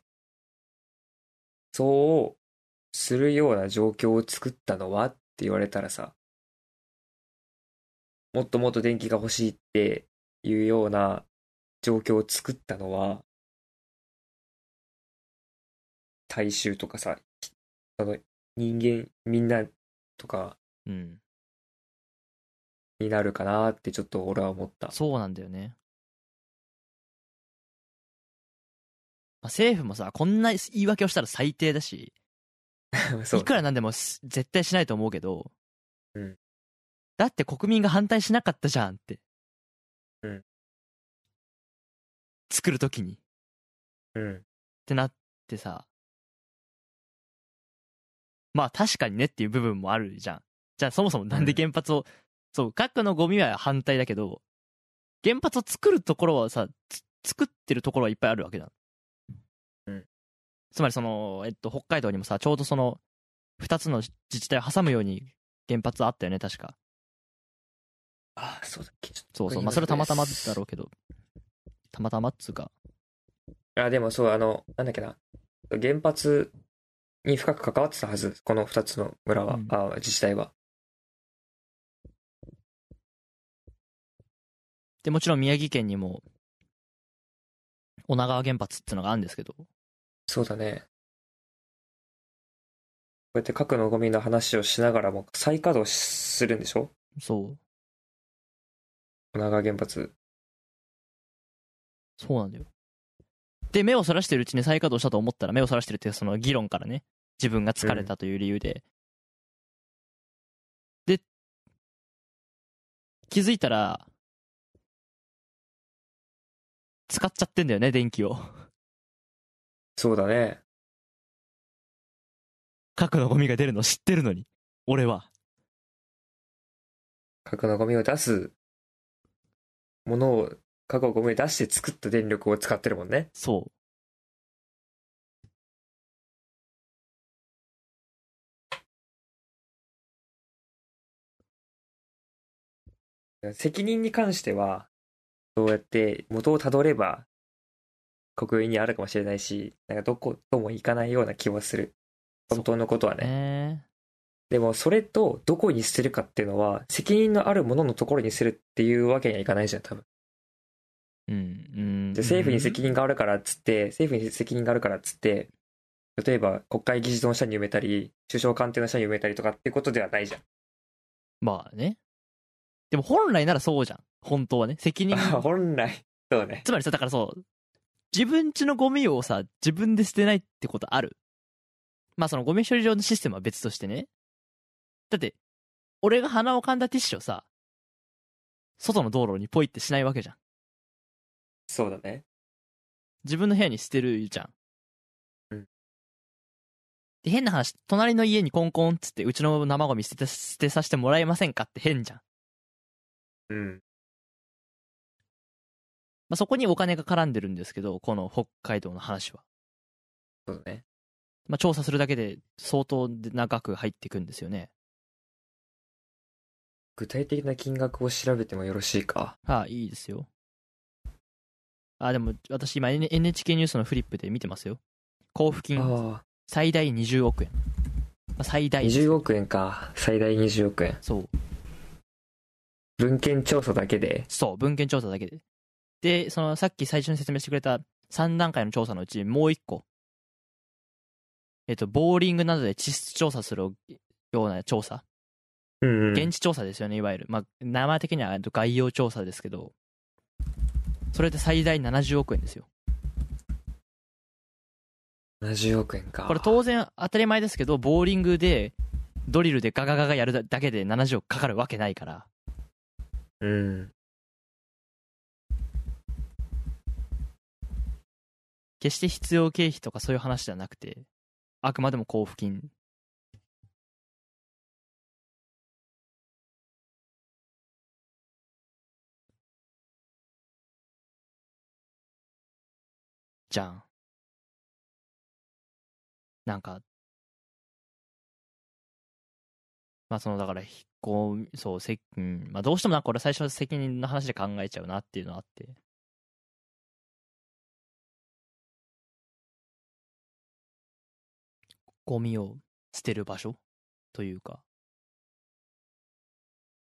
Speaker 2: そうするような状況を作ったのはって言われたらさもっともっと電気が欲しいっていうような状況を作ったのは大衆とかさひその人間みんなとか
Speaker 1: うん
Speaker 2: になるかなってちょっと俺は思った
Speaker 1: そうなんだよね。まあ、政府もさ、こんな言い訳をしたら最低だし、
Speaker 2: そ
Speaker 1: いうくらなんでもす絶対しないと思うけど、
Speaker 2: うん
Speaker 1: だって国民が反対しなかったじゃんって。
Speaker 2: うん
Speaker 1: 作るときにっ
Speaker 2: うん
Speaker 1: てなってさ、まあ確かにねっていう部分もあるじゃん。じゃあそもそもなんで原発を、そう、核のゴミは反対だけど、原発を作るところはさ、つ作ってるところはいっぱいあるわけだ。
Speaker 2: うん。
Speaker 1: つまりその、えっと、北海道にもさ、ちょうどその、二つの自治体を挟むように原発あったよね、確か。
Speaker 2: ああそうだっけちょっと
Speaker 1: そうそう。まあ、それはたまたまだろうけど。たまたまっつうか。
Speaker 2: あでもそうあのなんだっけな原発に深く関わってたはずこの2つの村は、
Speaker 1: うん
Speaker 2: あ自治体は
Speaker 1: で、もちろん宮城県にも、女川原発っていうのがあるんですけど。
Speaker 2: そうだねこうやって核のゴミの話をしながらも再稼働するんでしょ
Speaker 1: そう。
Speaker 2: 女川原発
Speaker 1: そうなんだよ。で、目をそらしてるうちに再稼働したと思ったら、目をそらしてるっていうその議論からね、自分が疲れたという理由で。で、気づいたら、使っちゃってんだよね、電気を。
Speaker 2: そうだね
Speaker 1: 核のゴミが出るの知ってるのに。俺は。
Speaker 2: 核のゴミを出すものを核のゴミを出して作った電力を使ってるもんね
Speaker 1: そう。
Speaker 2: 責任に関してはどうやって元をたどれば国有にあるかもしれないしなんかどことも行かないような気はする本当のことはね
Speaker 1: ね
Speaker 2: でもそれとどこに捨てるかっていうのは責任のあるもののところに捨てるっていうわけにはいかないじゃん多分
Speaker 1: うん、うん。
Speaker 2: じゃあ政府に
Speaker 1: 責
Speaker 2: 責任があるからっつって、政府に責任があるからっつって、例えば国会議事堂の下に埋めたり、首相官邸の下に埋めたりとかっていうことではないじゃん。
Speaker 1: まあね。でも本来ならそうじゃん。本当はね。責 任
Speaker 2: 本来、そうね。
Speaker 1: つまりさ、だからそう、自分家のゴミをさ、自分で捨てないってことある。まあそのゴミ処理場のシステムは別としてね。だって、俺が鼻をかんだティッシュをさ、外の道路にポイってしないわけじゃん。
Speaker 2: そうだね。
Speaker 1: 自分の部屋に捨てるじゃん。
Speaker 2: うん
Speaker 1: で、変な話、隣の家にコンコンっつって、うちの生ゴミ捨てて捨てさせてもらえませんかって変じゃん。
Speaker 2: うん。
Speaker 1: まあそこにお金が絡んでるんですけど、この北海道の話は。
Speaker 2: そうだね。
Speaker 1: まあ、調査するだけで相当な額入ってくんですよね。
Speaker 2: 具体的な金額を調べてもよろしいか。
Speaker 1: はい、いいですよ。あ、でも私今 N- NHK ニュースのフリップで見てますよ。交付金
Speaker 2: あ
Speaker 1: 最大20億円。まあ最
Speaker 2: あ
Speaker 1: 大。
Speaker 2: 20億円か最大20億円
Speaker 1: そう。
Speaker 2: 文献調査だけで
Speaker 1: そう、文献調査だけで。で、そのさっき最初に説明してくれた3段階の調査のうち、もう1個。えっと、ボーリングなどで地質調査するような調査。
Speaker 2: うん、うん、
Speaker 1: 現地調査ですよね、いわゆる。まあ、名前的には概要調査ですけど、それで最大70億円ですよ。
Speaker 2: 70億円か
Speaker 1: これ当然当たり前ですけど、ボーリングで、ドリルでガガガガやるだけで70億かかるわけないから。
Speaker 2: うん
Speaker 1: 決して必要経費とかそういう話じゃなくて、あくまでも交付金。じゃん。なんか、まあそのだから、ひこう、そう、せうん、まあどうしてもなんかこれ最初は責任の話で考えちゃうなっていうのはあって。ゴミを捨てる場所というか、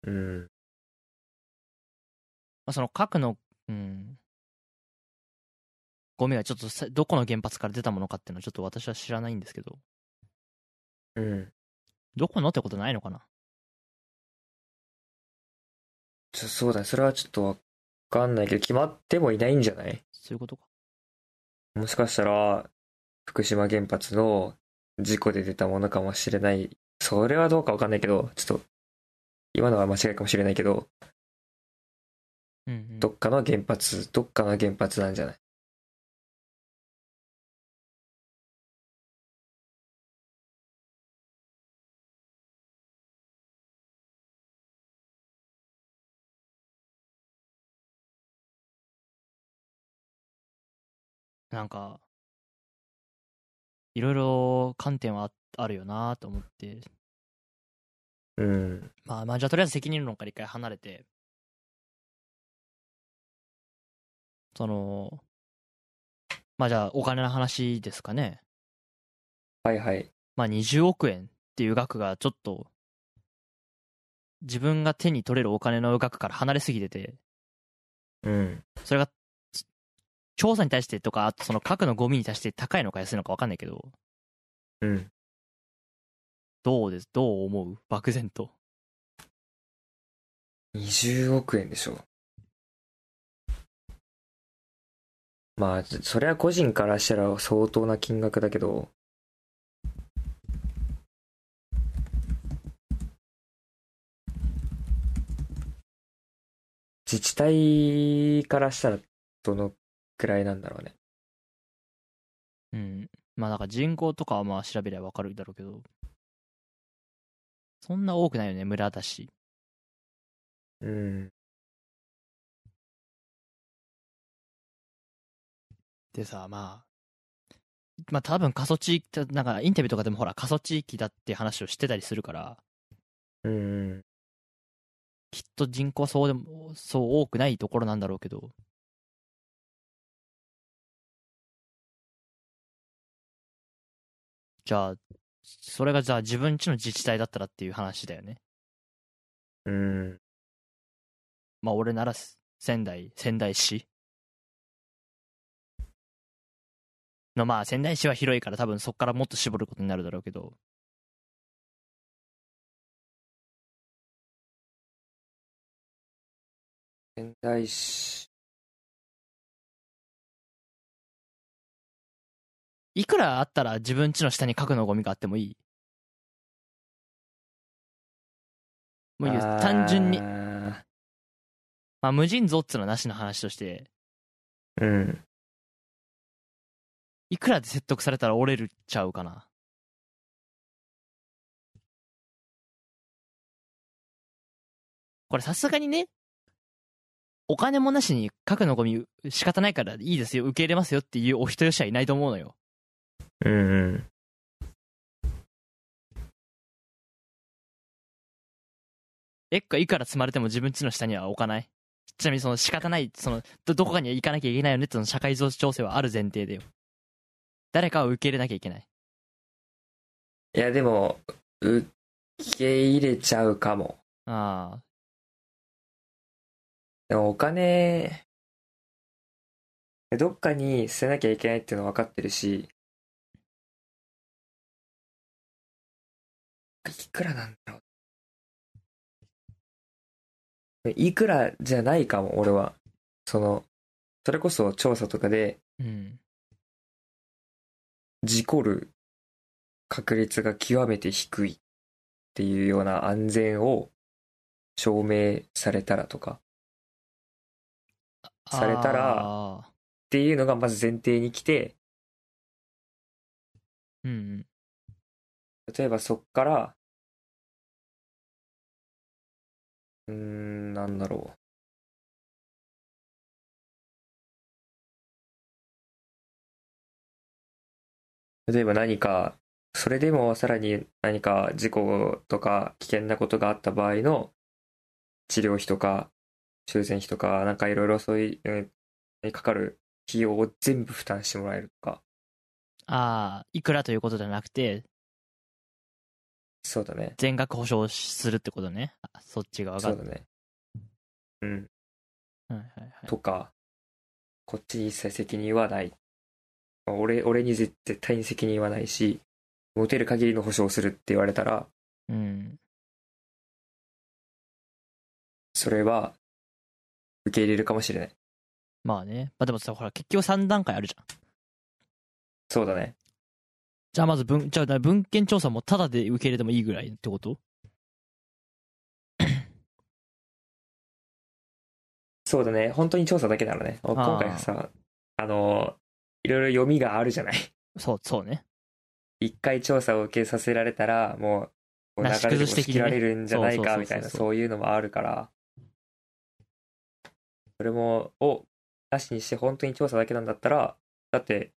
Speaker 2: うん
Speaker 1: まあ、その核の、うん、ゴミがちょっとさどこの原発から出たものかっていうのはちょっと私は知らないんですけど、
Speaker 2: うん
Speaker 1: どこのってことないのかな
Speaker 2: ちょそうだそれはちょっとわかんないけど決まってもいないんじゃない
Speaker 1: そういうことか。
Speaker 2: もしかしたら福島原発の事故で出たものかもしれないそれはどうかわかんないけどちょっと今のは間違いかもしれないけど
Speaker 1: うん、うん。
Speaker 2: どっかの原発どっかの原発なんじゃない
Speaker 1: なんか、いろいろ観点はああるよなと思って、
Speaker 2: うん
Speaker 1: まあまあ、じゃあとりあえず責任論から一回離れて、その、まあじゃあお金の話ですかね。
Speaker 2: はいはい
Speaker 1: まあ、20億円っていう額がちょっと、自分が手に取れるお金の額から離れすぎてて、
Speaker 2: うん
Speaker 1: それが、つ調査に対してとか、あとその核のゴミに対して高いのか安いのか分かんないけど、
Speaker 2: うん
Speaker 1: どうです、どう思う漠然と。
Speaker 2: 20億円でしょまあそれは個人からしたら相当な金額だけど自治体からしたらどのくらいなんだろうね
Speaker 1: うん。まあ、だから人口とかはまあ調べりゃ分かるだろうけど、そんな多くないよね、村だし。
Speaker 2: うん
Speaker 1: でさ、まあ、まあ多分過疎地域、なんかインタビューとかでもほら過疎地域だって話をしてたりするから、
Speaker 2: うんうん
Speaker 1: きっと人口はそうでも、そう多くないところなんだろうけど。じゃあ、それがじゃあ自分ちの自治体だったらっていう話だよね。
Speaker 2: うん
Speaker 1: まあ俺ならす仙台、仙台市のまあ仙台市は広いから多分そこからもっと絞ることになるだろうけど。
Speaker 2: 仙台市
Speaker 1: いくらあったら自分家の下に核のゴミがあってもいいもういいよ
Speaker 2: あー
Speaker 1: 単純に、
Speaker 2: う
Speaker 1: まあ、無尽蔵っつうのはなしの話として
Speaker 2: ん
Speaker 1: いくらで説得されたら折れるちゃうかなこれさすがにねお金もなしに核のゴミ仕方ないからいいですよ受け入れますよっていうお人よしはいないと思うのよ
Speaker 2: うんうん
Speaker 1: えっかいくら積まれても自分家の下には置かないちなみにその仕方ない、その、ど、どこかには行かなきゃいけないよねってその社会情勢はある前提でよ。誰かを受け入れなきゃいけない。
Speaker 2: いや、でも、受け入れちゃうかも。
Speaker 1: あ
Speaker 2: でもお金、どっかに捨てなきゃいけないっていうのは分かってるし、いくらなんだろう。いくらじゃないかも、俺は。その、それこそ調査とかで、
Speaker 1: あ。うん。
Speaker 2: 事故る確率が極めて低いっていうような安全を証明されたらとか。されたら
Speaker 1: ああ
Speaker 2: っていうのがまず前提に来て、
Speaker 1: うんうん。
Speaker 2: 例えばそっから、うーん、なんだろう。例えば何か、それでもさらに何か事故とか危険なことがあった場合の治療費とか修繕費とかなんかいろいろそういううんにかかる費用を全部負担してもらえるとか。
Speaker 1: ああ、いくらということじゃなくて、
Speaker 2: そうだね。
Speaker 1: 全額保証するってことね。あそっち側が。
Speaker 2: そ
Speaker 1: は
Speaker 2: うだね。うん。
Speaker 1: いはいはい。
Speaker 2: とか、こっちに一切責任はない。俺、俺に絶絶対に責任はないし、持てる限りの保証をするって言われたら、
Speaker 1: うん。
Speaker 2: それは受け入れるかもしれない。
Speaker 1: まあね。まあでもさ、ほら、結局3段階あるじゃん。
Speaker 2: そうだね。
Speaker 1: じゃあまず文、じゃあ文献調査もタダで受け入れてもいいぐらいってこと
Speaker 2: そうだね。本当に調査だけなのね。お
Speaker 1: あー
Speaker 2: 今回さ、あの、いろいろ読みがあるじゃない。
Speaker 1: そう、そうね。
Speaker 2: 一回調査を受けさせられたら、もう、もう
Speaker 1: なし崩し
Speaker 2: 押し
Speaker 1: 的に
Speaker 2: 切
Speaker 1: ね
Speaker 2: られるんじゃない
Speaker 1: そうそ
Speaker 2: か、
Speaker 1: うそうそう
Speaker 2: みたいな、そういうのもあるから、それも、を、なしにして本当に調査だけなんだったら、だって、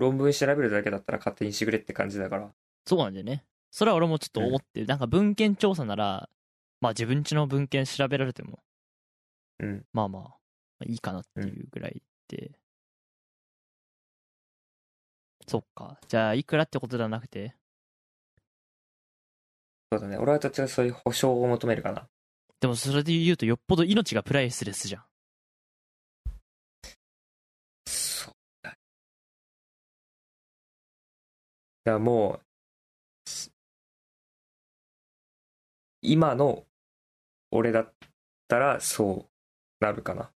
Speaker 2: 論文調べるだけだったら勝手にしてくれって感じだから。
Speaker 1: そうなんだよね。それは俺もちょっと思ってる。なんか文献調査なら、まあ自分ちの文献調べられても、
Speaker 2: うん。
Speaker 1: まあまあ、まあいいかなっていうぐらいで。そっか。じゃあ、いくらってことではなくて、
Speaker 2: そうだね。俺はどっちらかそういう保証を求めるかな。
Speaker 1: でもそれで言うとよっぽど命がプライスレスじゃん。
Speaker 2: そうだ。だからもう、す今の俺だったらそうなるかな。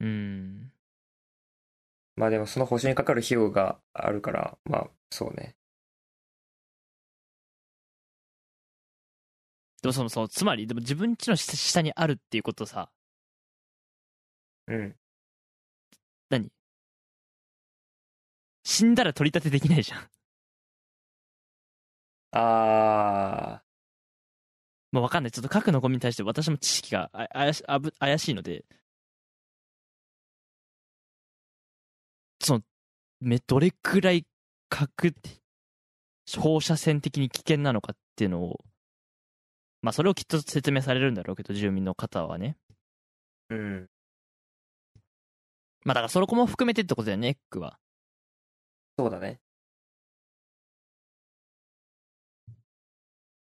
Speaker 1: うん。
Speaker 2: まあでもその保証にかかる費用があるから、まあそうね。
Speaker 1: でもその、そう、つまり、でも自分ちの下下にあるっていうことさ、
Speaker 2: うん。
Speaker 1: 何死んだら取り立てできないじゃん。
Speaker 2: あ
Speaker 1: まあわかんない。ちょっと核のゴミに対して私も知識があ怪しあぶ怪しいので、その、め、どれくらい核、放射線的に危険なのかっていうのを、まあそれをきっと説明されるんだろうけど、住民の方はね。
Speaker 2: ー。うん。
Speaker 1: まあだからそこも含めてってことだよね、エッグは。
Speaker 2: そうだね。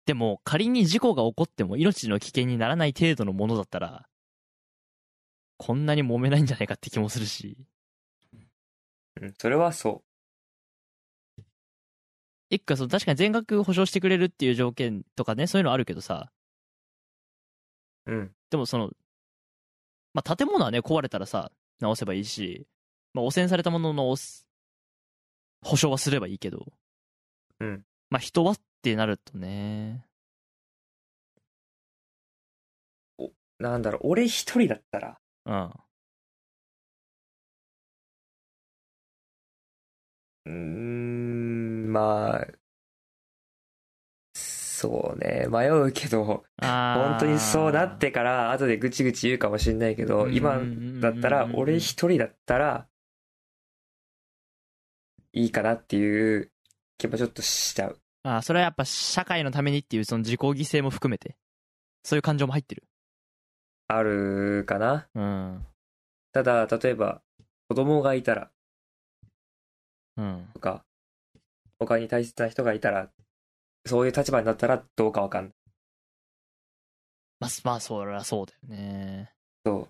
Speaker 1: でも仮に事故が起こっても命の危険にならない程度のものだったら、こんなに揉めないんじゃないかって気もするし。
Speaker 2: うん。それはそ
Speaker 1: 一家その確かに全額保証してくれるっていう条件とかねそういうのあるけどさ
Speaker 2: う。うん。
Speaker 1: でもその、まあ、建物はね壊れたらさ直せばいいし、まあ、汚染されたもののおす保証はすればいいけど、
Speaker 2: うん、
Speaker 1: まあ人はってなるとね
Speaker 2: なんだろう、俺一人だったら、
Speaker 1: うん
Speaker 2: うーん、まあ、そうね。迷うけど、
Speaker 1: 本
Speaker 2: 本当にそうなってから後でぐちぐち言うかもしんないけど、今だったら俺一人だったらいいかなっていう気もちょっとしちゃう
Speaker 1: あーそれはやっぱ社会のためにっていうその自己犠牲も含めてそういう感情も入ってる
Speaker 2: あるかな
Speaker 1: うん
Speaker 2: ただ、例えば、子供がいたら
Speaker 1: うん。
Speaker 2: とか、他に大切な人がいたら、そういう立場になったらどうかわかんない。
Speaker 1: まあ、まあ、そりゃそうだよね。
Speaker 2: そう。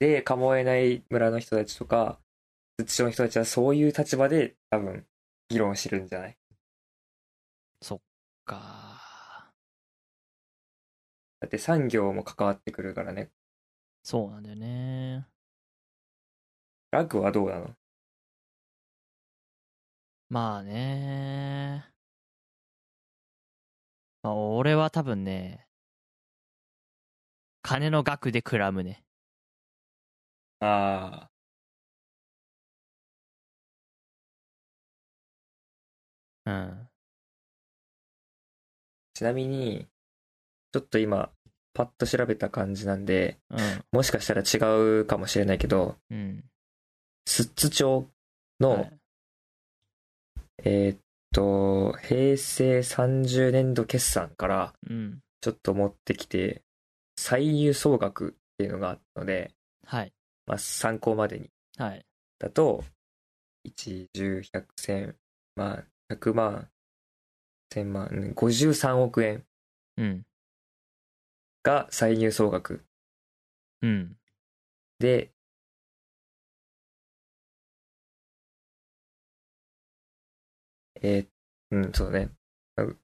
Speaker 2: で、かもえない村の人たちとか、土地の人たちはそういう立場で多分、議論してるんじゃない
Speaker 1: か
Speaker 2: だって産業も関わってくるからね。
Speaker 1: そうなんだよね。
Speaker 2: ラグはどうなの
Speaker 1: まあね。まあ、俺は多分ね、金の額でくらむね。
Speaker 2: あ
Speaker 1: う
Speaker 2: あ。
Speaker 1: ん。
Speaker 2: ちなみに、ちょっと今、パッと調べた感じなんで、
Speaker 1: うん。
Speaker 2: もしかしたら違うかもしれないけど、
Speaker 1: うん。
Speaker 2: 寿都町の、
Speaker 1: はい
Speaker 2: えーっと、平成30年度決算から
Speaker 1: うん。
Speaker 2: ちょっと持ってきて、最優総額っていうのがあったので、
Speaker 1: はい。
Speaker 2: まあ、参考までに。
Speaker 1: はい。
Speaker 2: だと、1、10、100、1000万、100万、1000万、うん53億円
Speaker 1: うん。
Speaker 2: が歳入総額
Speaker 1: うん。
Speaker 2: で、えーうん、そうね。うん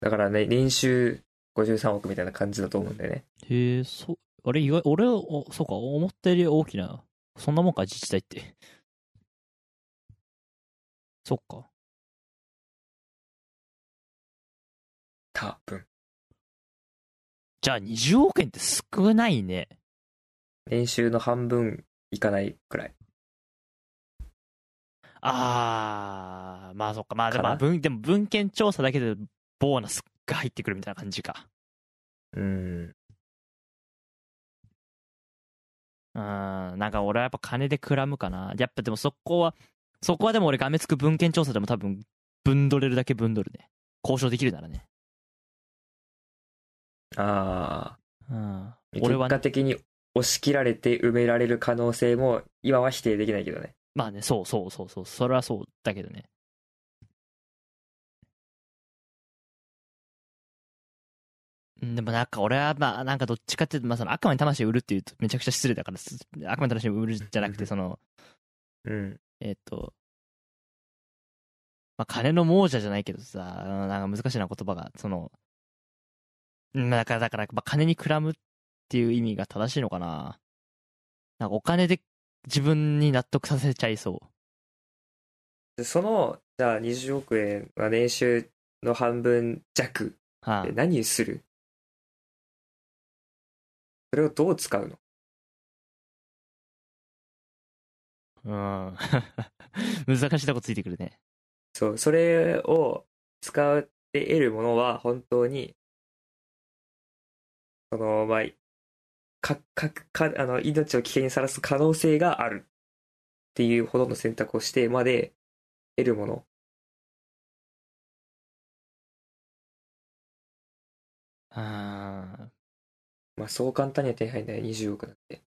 Speaker 2: だからね、年収53億みたいな感じだと思うんだよね。
Speaker 1: へえ、そ、あれ、意外、俺、おそうか、思ったより大きな、そんなもんか、自治体って。 そっか。
Speaker 2: 多分。
Speaker 1: じゃあ、20億円って少ないね。
Speaker 2: 年収の半分いかないくらい。
Speaker 1: あー、まあそっか。まあで
Speaker 2: か
Speaker 1: も
Speaker 2: な
Speaker 1: 文、でも文献調査だけでボーナスが入ってくるみたいな感じか。
Speaker 2: うん。
Speaker 1: うーん、なんか俺はやっぱ金でくらむかな。やっぱでもそこは、そこはでも俺がめつく文献調査でも多分、分取れるだけ分取るね。交渉できるならね。
Speaker 2: あ
Speaker 1: うん
Speaker 2: あ。。
Speaker 1: 俺は
Speaker 2: 結
Speaker 1: ね、
Speaker 2: 果的に押し切られて埋められる可能性も今は否定できないけどね。
Speaker 1: まあね、そうそうそうそう。それはそうだけどね。うんでもなんか俺はまあなんかどっちかっていうと、まあその悪魔に魂を売るっていうとめちゃくちゃ失礼だから、す悪魔に魂を売るじゃなくて、その、
Speaker 2: うん。
Speaker 1: えっ、と、まあ、金の亡者じゃないけどさ、うんなんか難しいな言葉が、その、うんだから、だから、まあ、金にくらむっていう意味が正しいのかな。なんかお金で自分に納得させちゃいそう。
Speaker 2: でその、じゃあ20億円は年収の半分弱
Speaker 1: は
Speaker 2: で何するそれをどう使うの
Speaker 1: あ、うん。 難しいとこついてくるね。
Speaker 2: そう、それを使って得るものは本当に、その、まあ、か、か、か、あの、命を危険にさらす可能性があるっていうほどの選択をしてまで得るもの。
Speaker 1: あ
Speaker 2: まあ、そう簡単には手に入らない20億なんて。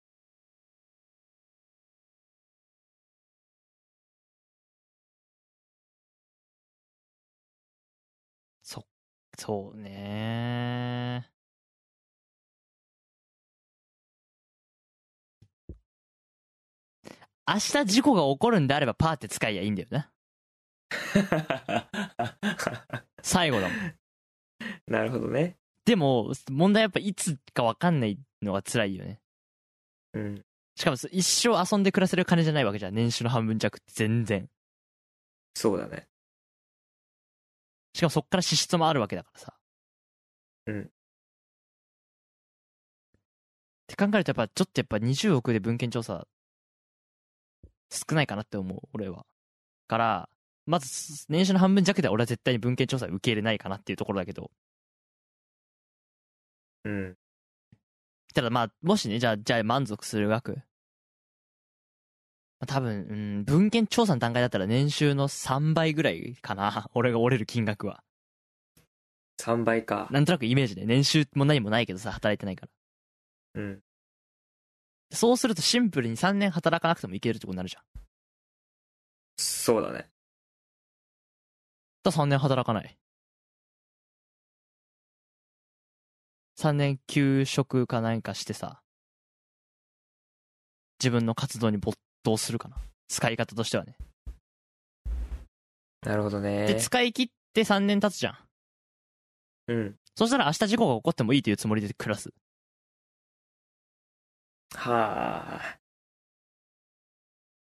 Speaker 1: そうね。明日事故が起こるんであればパーって使いやいいんだよな。最後だもん。
Speaker 2: なるほどね。
Speaker 1: でも、問題やっぱいつかわかんないのが辛いよね。
Speaker 2: うん。
Speaker 1: しかもそ一生遊んで暮らせる金じゃないわけじゃん。年収の半分弱って全然。
Speaker 2: そうだね。
Speaker 1: しかもそっから支出もあるわけだからさ。
Speaker 2: うん
Speaker 1: って考えるとやっぱちょっとやっぱ20億で文献調査少ないかなって思う、俺は。から、まずす年収の半分弱では俺は絶対に文献調査受け入れないかなっていうところだけど。
Speaker 2: うん。
Speaker 1: ただまあ、もしね、じゃあ、じゃあ満足する額。まあ多分、うん、文献調査の段階だったら年収の3倍ぐらいかな。俺が折れる金額は。
Speaker 2: 3倍か。
Speaker 1: なんとなくイメージで、年収も何もないけどさ、働いてないから。
Speaker 2: うん。
Speaker 1: そうするとシンプルに3年働かなくてもいけるってことになるじゃん。
Speaker 2: そうだね。
Speaker 1: だ3年働かない。3年休職か何かしてさ、自分の活動に没頭するかな。使い方としてはね。
Speaker 2: なるほど
Speaker 1: で、
Speaker 2: ね。
Speaker 1: 使い切って3年経つじゃん。
Speaker 2: うん。
Speaker 1: そしたら明日事故が起こってもいいというつもりで暮らす。
Speaker 2: はあ。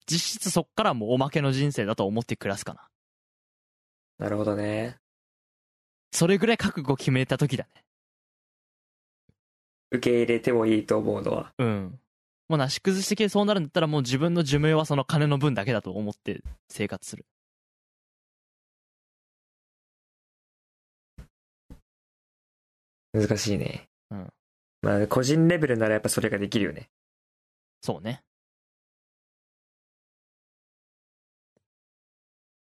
Speaker 1: 実質そっからもうおまけの人生だと思って暮らすかな。
Speaker 2: なるほどね。
Speaker 1: それぐらい覚悟決めた時だね。
Speaker 2: 受け入れてもいいと思うのは。
Speaker 1: うん。もうなし崩し的にそうなるんだったらもう自分の寿命はその金の分だけだと思って生活する。
Speaker 2: 難しいね。
Speaker 1: うん。
Speaker 2: まあ、個人レベルならやっぱそれができるよね。
Speaker 1: そうね。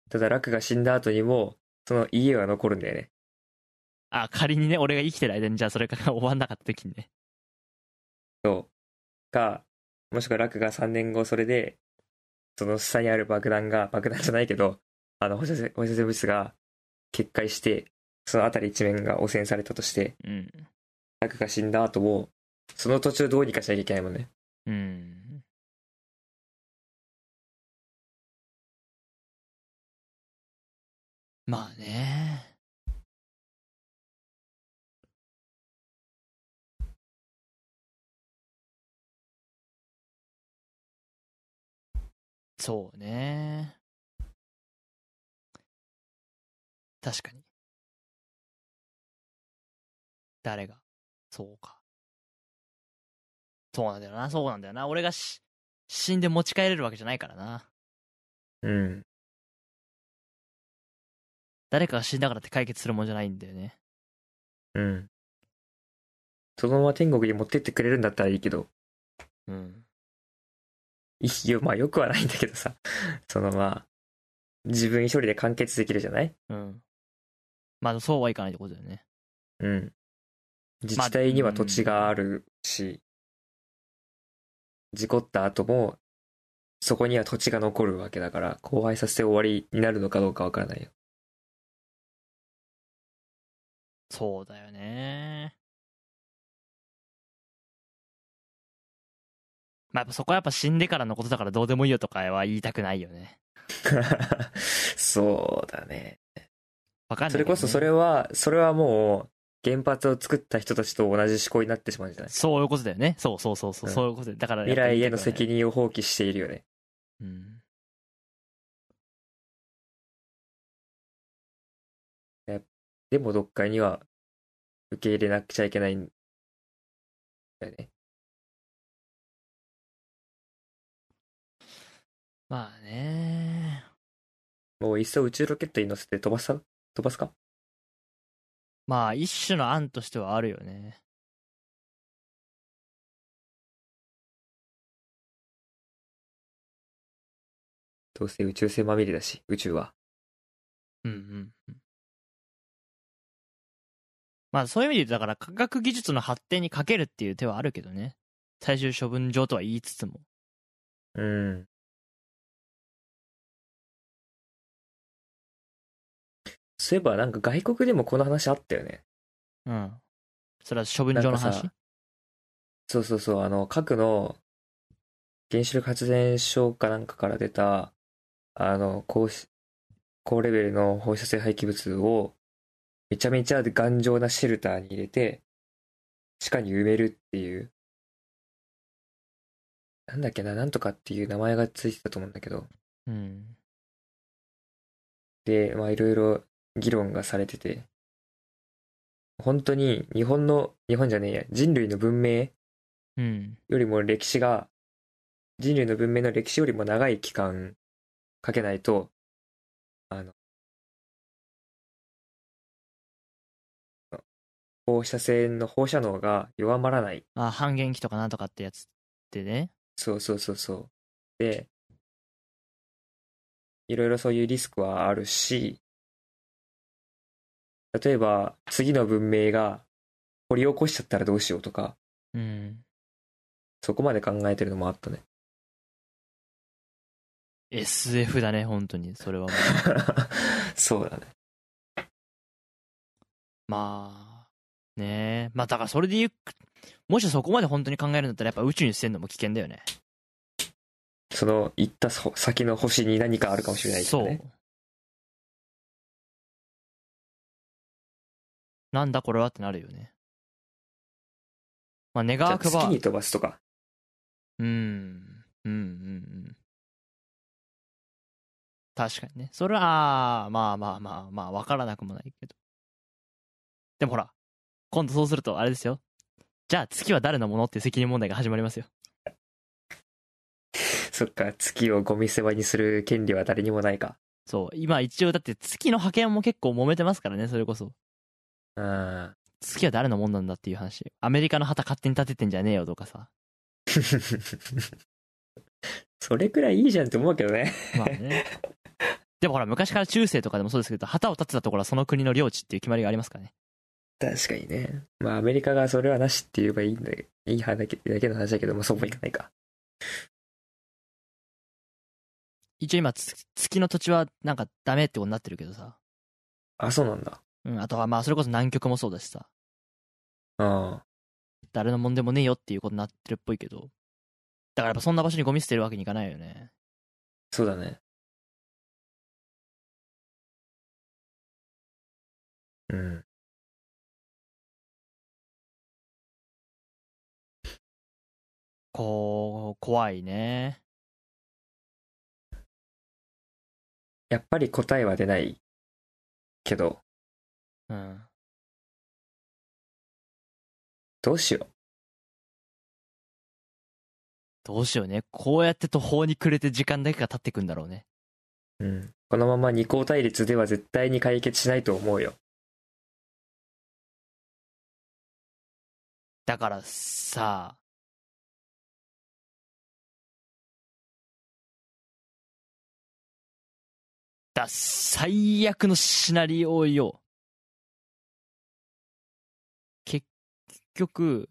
Speaker 2: ただ、楽が死んだ後にも、その家は残るんだよね。
Speaker 1: あ、仮にね、俺が 生きてる間にじゃあそれから終わんなかった時にね。
Speaker 2: そう。か、もしくは楽が3年後それで、その下にある爆弾が、爆弾じゃないけど、あの放射線、放射線物質が決壊して、その辺り一面が汚染されたとして、
Speaker 1: うん。
Speaker 2: 楽が死んだ後も、その途中どうにかしなきゃいけないもんね。
Speaker 1: うん。まあね。そうね。確かに。誰が、そうか。そうなんだよな、そうなんだよな。俺がし死んで持ち帰れるわけじゃないからな。
Speaker 2: うん。
Speaker 1: 誰かが死んだからって解決するもんじゃないんだよね。
Speaker 2: うん。そのまま天国に持ってってくれるんだったらいいけど、
Speaker 1: うん。
Speaker 2: いいよ、まあよくはないんだけどさ、 そのまあ、自分一人で完結できるじゃない
Speaker 1: うん。まあ、そうはいかないってことだよね。
Speaker 2: うん。自治体には土地があるし、事故った後も、そこには土地が残るわけだから、荒廃させて終わりになるのかどうかわからないよ。
Speaker 1: そうだよね。まあ、やっぱそこはやっぱ死んでからのことだからどうでもいいよとかは言いたくないよね。
Speaker 2: そうだね。
Speaker 1: わかんない、
Speaker 2: それこそそれ。は、それはもう、原発を作った人たちと同じ思考になってしまうんじゃない
Speaker 1: そういうことだよね。そうそうそうそう、
Speaker 2: うん
Speaker 1: そういうことだよだからやっ
Speaker 2: 未
Speaker 1: ぱ言
Speaker 2: 来
Speaker 1: いた
Speaker 2: へ
Speaker 1: く
Speaker 2: の
Speaker 1: ない
Speaker 2: 責任を放棄しているよね。
Speaker 1: うん。
Speaker 2: でもどっかには受け入れなくちゃいけないんだよね。
Speaker 1: まあね。
Speaker 2: もういっそ宇宙ロケットに乗せて飛ばさ、飛ばすか
Speaker 1: まあ一種の案としてはあるよね
Speaker 2: どうせ宇宙船まみれだし、宇宙は。
Speaker 1: うんうんうんまあそういう意味で言うとだから科学技術の発展にかけるっていう手はあるけどね最終処分場とは言いつつも
Speaker 2: うん。そういえばなんか外国でもこの話あったよね。
Speaker 1: うんそれは処分場の
Speaker 2: なんか
Speaker 1: 話
Speaker 2: さそうそうそう、あの、核の原子力発電所かなんかから出た、あの、高し、高レベルの放射性廃棄物を、めちゃめちゃ頑丈なシェルターに入れて、地下に埋めるっていう。なんだっけな、なんとかっていう名前がついてたと思うんだけど。
Speaker 1: うん
Speaker 2: で、まあいろいろ議論がされてて、本当に日本の、日本じゃねえや、人類の文明
Speaker 1: うん
Speaker 2: よりも歴史が、人類の文明の歴史よりも長い期間かけないと、あの、放射線の放射能が弱まらない。
Speaker 1: あ半減期とかなんとかってやつってね
Speaker 2: そうそうそうそう。で、いろいろそういうリスクはあるし、例えば次の文明が掘り起こしちゃったらどうしようとか、
Speaker 1: うん
Speaker 2: そこまで考えてるのもあったね。
Speaker 1: SF だね、本当に。それ はもう。
Speaker 2: そうだね。
Speaker 1: まあ、ねえ。まあ、だからそれで言う、もしそこまで本当に考えるんだったら、やっぱ宇宙に捨てるのも危険だよね。
Speaker 2: その行ったそ先の星に何かあるかもしれないですね。
Speaker 1: そう。なんだこれはってなるよね。まあ、願わく
Speaker 2: じゃあ
Speaker 1: ば。
Speaker 2: 月に飛ばすとか。
Speaker 1: うん。うんうんうん。確かにね。それは、あーまあまあまあまあ、わからなくもないけど。でもほら、今度そうすると、あれですよ。じゃあ月は誰のものっていう責任問題が始まりますよ。
Speaker 2: そっか、月をゴミ世話にする権利は誰にもないか。
Speaker 1: そう。今一応、だって月の派遣も結構揉めてますからね、それこそ。
Speaker 2: あ
Speaker 1: 月は誰のもんなんだっていう話。アメリカの旗勝手に立ててんじゃねえよとかさ。
Speaker 2: ー それくらいいいじゃんって思うけどね。
Speaker 1: まあね。でもほら、昔から中世とかでもそうですけど、旗を立てたところはその国の領地っていう決まりがありますからね。
Speaker 2: 確かにね。まあアメリカがそれはなしって言えばいいんだいい話だけだけの話だけど、まあそうもいかないか。
Speaker 1: 一応今つ月の土地はなんかダメってことになってるけどさ、
Speaker 2: あ、そうなんだ。
Speaker 1: うん、あとはまあそれこそ南極もそうだしさ
Speaker 2: ああ。
Speaker 1: 誰のもんでもねえよっていうことになってるっぽいけどだからやっぱそんな場所にゴミ捨てるわけにいかないよね
Speaker 2: そうだね。うん。
Speaker 1: こう怖いね
Speaker 2: やっぱり答えは出ないけど、
Speaker 1: うん
Speaker 2: どうしよ
Speaker 1: どうしようねこうやって途方に暮れて時間だけが経ってくんだろうね
Speaker 2: う。うん。このまま二項対立では絶対に解決しないと思うよ。
Speaker 1: だからさだ最悪のシナリオよ結局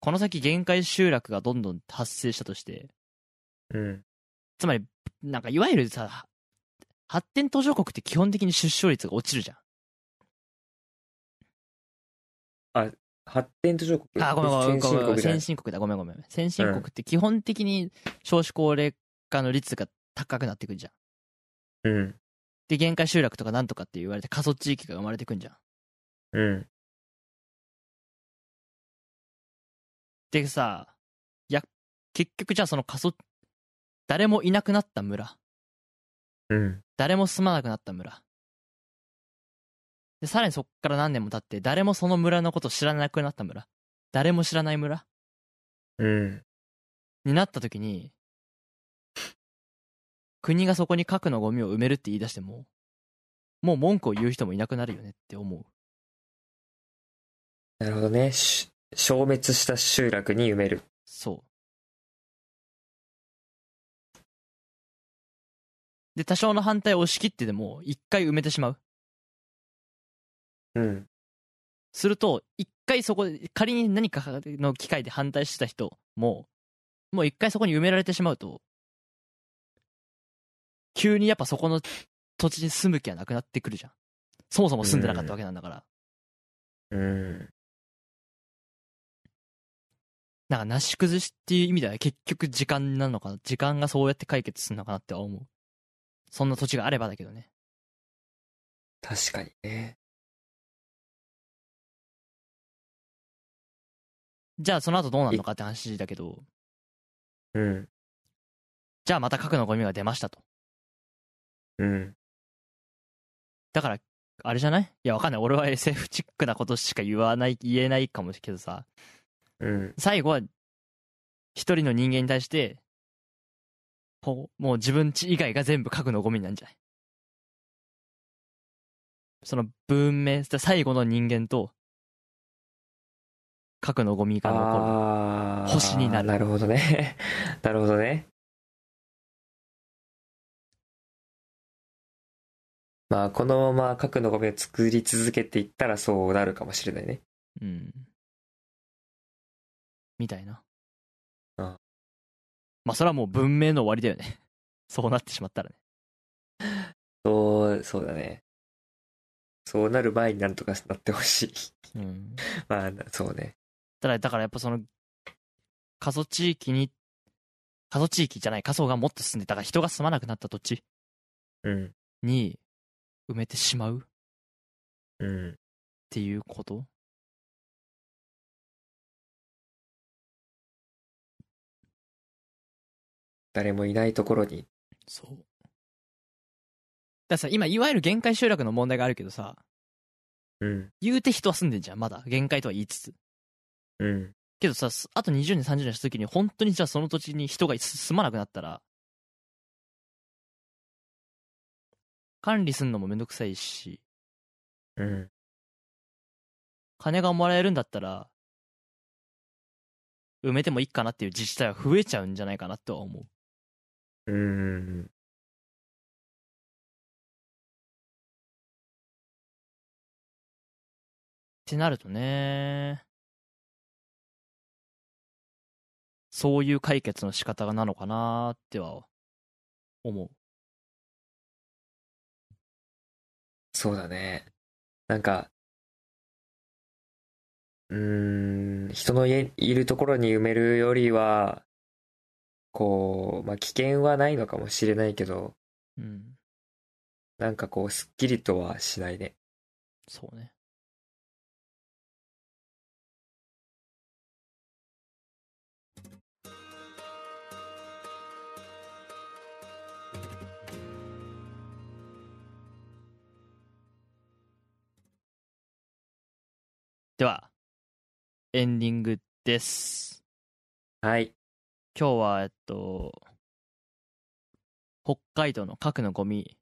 Speaker 1: この先限界集落がどんどん発生したとして
Speaker 2: うん。
Speaker 1: つまりなんかいわゆるさ発展途上国って基本的に出生率が落ちるじゃん
Speaker 2: 発展途上国。
Speaker 1: あ、ごめんごめん
Speaker 2: 先進
Speaker 1: ごめ
Speaker 2: 国
Speaker 1: ん。
Speaker 2: じゃない
Speaker 1: 先進国だ、ごめんごめん。先進国って基本的に少子高齢化の率が高くなってくるじゃん。
Speaker 2: うん。
Speaker 1: で、限界集落とかなんとかって言われて過疎地域が生まれてくんじゃん。
Speaker 2: うん。
Speaker 1: でさ、いや、結局じゃあその過疎、誰もいなくなった村、
Speaker 2: うん。
Speaker 1: 誰も住まなくなった村。で、さらにそっから何年も経って、誰もその村のことを知らなくなった村、誰も知らない村
Speaker 2: うん。
Speaker 1: になった時に、国がそこに核のゴミを埋めるって言い出しても、もう文句を言う人もいなくなるよねって思う。
Speaker 2: なるほどね。し消滅した集落に埋める。
Speaker 1: そう。で、多少の反対を押し切ってでも、一回埋めてしまう。
Speaker 2: うん。
Speaker 1: すると、一回そこで、仮に何かの機会で反対してた人も、もう一回そこに埋められてしまうと、急にやっぱそこの土地に住む気はなくなってくるじゃん。そもそも住んでなかったわけなんだから。
Speaker 2: うん。
Speaker 1: なんかなし崩しっていう意味では結局時間なのかな。時間がそうやって解決するのかなっては思う。そんな土地があればだけどね。
Speaker 2: 確かにね。
Speaker 1: じゃあその後どうなるのかって話だけど、
Speaker 2: うん。
Speaker 1: じゃあまた核のゴミが出ましたと。
Speaker 2: うん。
Speaker 1: だから、あれじゃないいや、わかんない。俺は SF チックなことしか言わない、言えないかもしれないけどさ、
Speaker 2: うん。
Speaker 1: 最後は、一人の人間に対して、ほもう自分ち以外が全部核のゴミなんじゃないその文明、最後の人間と、核のゴミが残る。
Speaker 2: あー
Speaker 1: 星になる
Speaker 2: なるほどね。 なるほどね。まあ、このまま核のゴミを作り続けていったらそうなるかもしれないね。
Speaker 1: うん。みたいな。
Speaker 2: あ
Speaker 1: まあ、それはもう文明の終わりだよね。 そうなってしまったらね。
Speaker 2: そう、そうだね。そうなる前になんとかなってほしい。
Speaker 1: うん。
Speaker 2: まあ、そうね。
Speaker 1: ただ、だからやっぱその、過疎地域に、過疎地域じゃない、過疎がもっと進んで、だから人が住まなくなった土地
Speaker 2: うん。
Speaker 1: に埋めてしまうっ
Speaker 2: うん。
Speaker 1: ていうこと
Speaker 2: 誰もいないところに。
Speaker 1: そう。だからさ、今、いわゆる限界集落の問題があるけどさ、
Speaker 2: うん。
Speaker 1: 言うて人は住んでんじゃん、まだ。限界とは言いつつ。
Speaker 2: うん。
Speaker 1: けどさ、すあと20年、30年した時に、本当にじゃあその土地に人がす住まなくなったら、管理すんのもめんどくさいし、
Speaker 2: うん。
Speaker 1: 金がもらえるんだったら、埋めてもいいかなっていう自治体は増えちゃうんじゃないかなとは思う。
Speaker 2: うん。
Speaker 1: ってなるとねそういう解決の仕方なのかなっては思う
Speaker 2: そうだね。なんか、うーん、人の家、いるところに埋めるよりは、こう、まあ、危険はないのかもしれないけど、
Speaker 1: うん
Speaker 2: なんかこう、すっきりとはしないね。
Speaker 1: そうねではエンディングです
Speaker 2: はい。
Speaker 1: 今日はえっと北海道の核のゴミ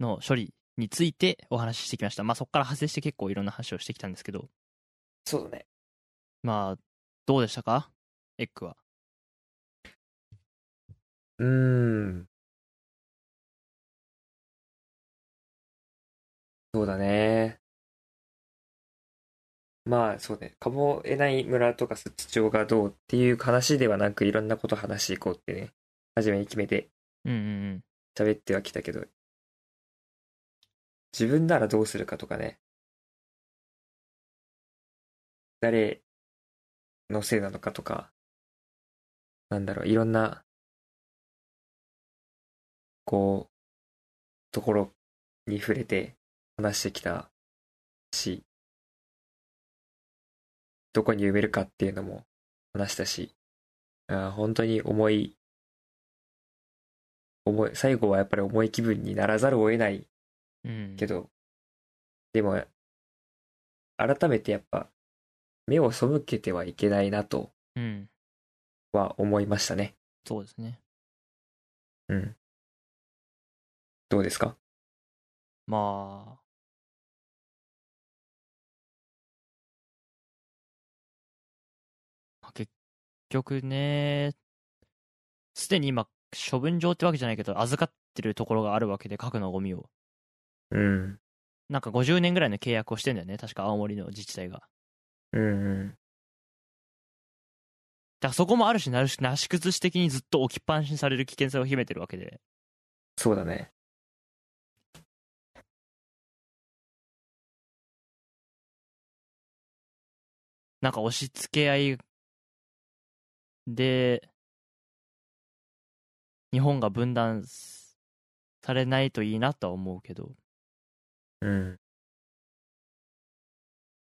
Speaker 1: の処理についてお話ししてきましたまあそこから派生して結構いろんな話をしてきたんですけど
Speaker 2: そうだね。
Speaker 1: まあどうでしたかエッグは
Speaker 2: うーん。そうだね。まあ、そうね。かもえない村とか寿都町がどうっていう話ではなく、いろんなこと話していこうってね、初めに決めて
Speaker 1: うんうんうん
Speaker 2: 喋ってはきたけど、自分ならどうするかとかね。誰のせいなのかとか、なんだろう、いろんな、こう、ところに触れて話してきたし、どこに埋めるかっていうのも話したし、あー本当に重い思い、最後はやっぱり重い気分にならざるを得ない
Speaker 1: うん
Speaker 2: けど、でも、改めてやっぱ、目を背けてはいけないなと
Speaker 1: うん
Speaker 2: は思いましたね。
Speaker 1: そうですね
Speaker 2: うん。どうですか
Speaker 1: まあまあ結局ねすでに今処分場ってわけじゃないけど預かってるところがあるわけで核のゴミを
Speaker 2: うん。
Speaker 1: なんか50年ぐらいの契約をしてんだよね。確か青森の自治体が。だか
Speaker 2: うんうん。
Speaker 1: らそこもあるし、なるし、なし崩し的にずっと置きっぱなしにされる危険性を秘めてるわけで。
Speaker 2: そうだね。
Speaker 1: なんか押し付け合いで、日本が分断すされないといいなとは思うけど。
Speaker 2: うん。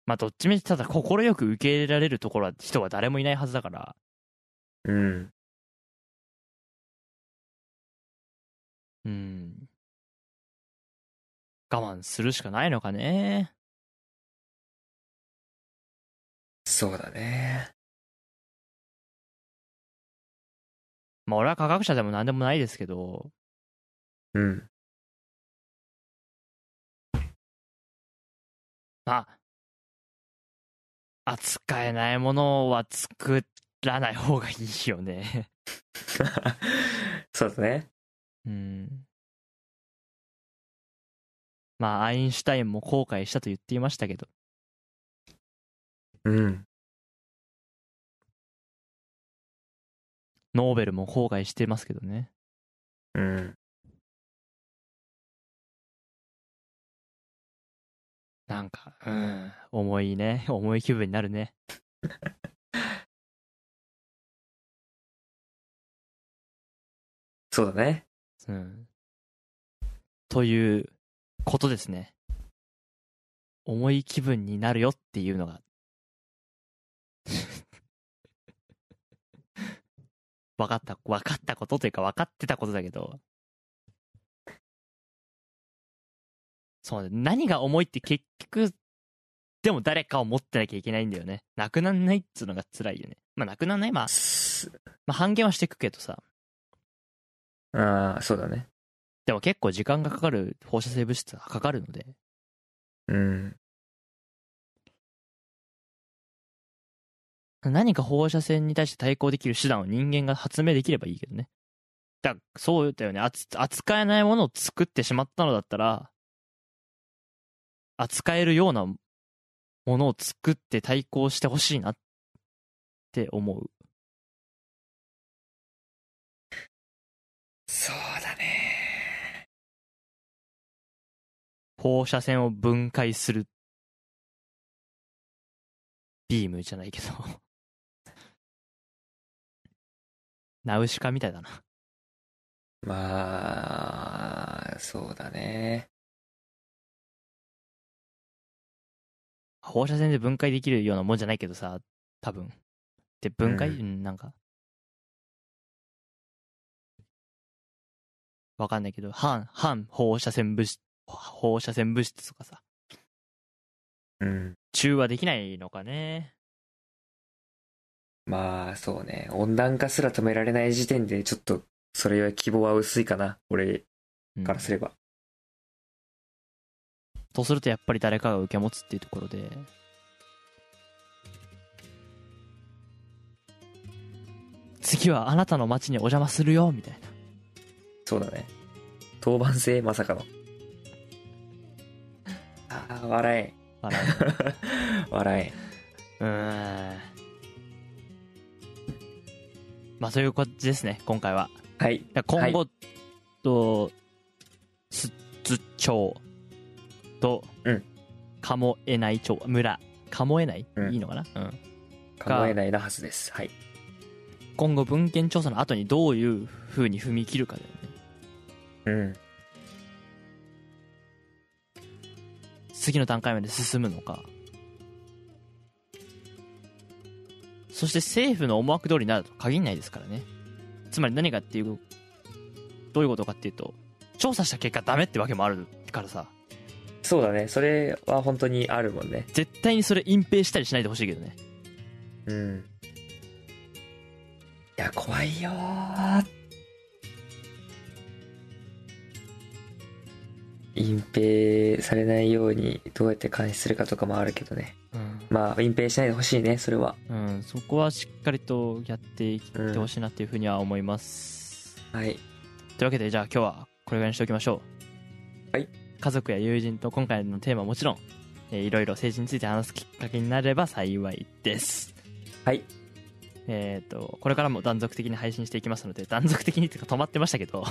Speaker 1: まあどっちみちただ快く受け入れられるところは人は誰もいないはずだから、
Speaker 2: うん。
Speaker 1: うん。我慢するしかないのかね。
Speaker 2: そうだね。
Speaker 1: まあ俺は科学者でも何でもないですけど、
Speaker 2: うん。
Speaker 1: まあ、扱えないものは作らない方がいいよね。
Speaker 2: そうだね。
Speaker 1: うん。まあ、アインシュタインも後悔したと言っていましたけど、
Speaker 2: うん。
Speaker 1: ノーベルも後悔してますけどね。
Speaker 2: うん。
Speaker 1: なんか、うん、重いね。重い気分になるね。
Speaker 2: そうだね。
Speaker 1: うん。ということですね。重い気分になるよっていうのが。 分かった、分かったことというか分かってたことだけど。そうね何が重いって結局、でも誰かを持ってなきゃいけないんだよね。なくなんないっつうのが辛いよね。まあなくなんない、まあ、
Speaker 2: す
Speaker 1: まあ半減はしていくけどさ。
Speaker 2: ああ、そうだね。
Speaker 1: でも結構時間がかかる放射性物質がかかるので。
Speaker 2: うん。
Speaker 1: 何か放射線に対して対抗できる手段を人間が発明できればいいけどね。だからそうだよね。あつ扱えないものを作ってしまったのだったら、扱えるようなものを作って対抗してほしいなって思う。
Speaker 2: そうだね。
Speaker 1: 放射線を分解する。ビームじゃないけど。ナウシカみたいだな。
Speaker 2: まあ、そうだね。
Speaker 1: 放射線で分解できるようなもんじゃないけどさ多分で分解、う
Speaker 2: うん
Speaker 1: ん、なんかわかんないけど反反放射線物質放射線物質とかさ
Speaker 2: うん。
Speaker 1: 中和できないのかね
Speaker 2: まあ、そうね。温暖化すら止められない時点で、ちょっと、それは希望は薄いかな。俺
Speaker 1: うん
Speaker 2: からすれば。
Speaker 1: とするとやっぱり誰かが受け持つっていうところで次はあなたの街にお邪魔するよみたいな
Speaker 2: そうだね。当番制まさかの。ああ、笑
Speaker 1: 笑う
Speaker 2: え。笑
Speaker 1: うーん。まあ、そういう感じですね、今回は。
Speaker 2: え。はい。
Speaker 1: だから今後と、す津町と、
Speaker 2: うん
Speaker 1: かもえない町、村、かもえない、
Speaker 2: うん
Speaker 1: いいのかな、うん、
Speaker 2: 考えないなはずです。はい。
Speaker 1: 今後、文献調査の後にどういう風に踏み切るかだよね。
Speaker 2: うん。
Speaker 1: 次の段階まで進むのか。そして政府の思惑通りになると限らないですからね。つまり何かっていう、どういうことかっていうと、調査した結果ダメってわけもあるからさ、
Speaker 2: そうだね。それは本当にあるもんね。
Speaker 1: 絶対にそれ隠蔽したりしないでほしいけどね。
Speaker 2: うん。いや、怖いよー隠蔽されないようにどうやって監視するかとかもあるけどね。まあ、隠蔽しないでほしいね、それは。
Speaker 1: うん。そこはしっかりとやっていってほしいなっていうふうには思います。
Speaker 2: はい。
Speaker 1: というわけで、じゃあ今日はこれぐらいにしておきましょう。
Speaker 2: はい。
Speaker 1: 家族や友人と今回のテーマはもちろん、えーいろいろ政治について話すきっかけになれば幸いです。
Speaker 2: はい。
Speaker 1: えっ、と、これからも断続的に配信していきますので、断続的にっていうか止まってましたけど、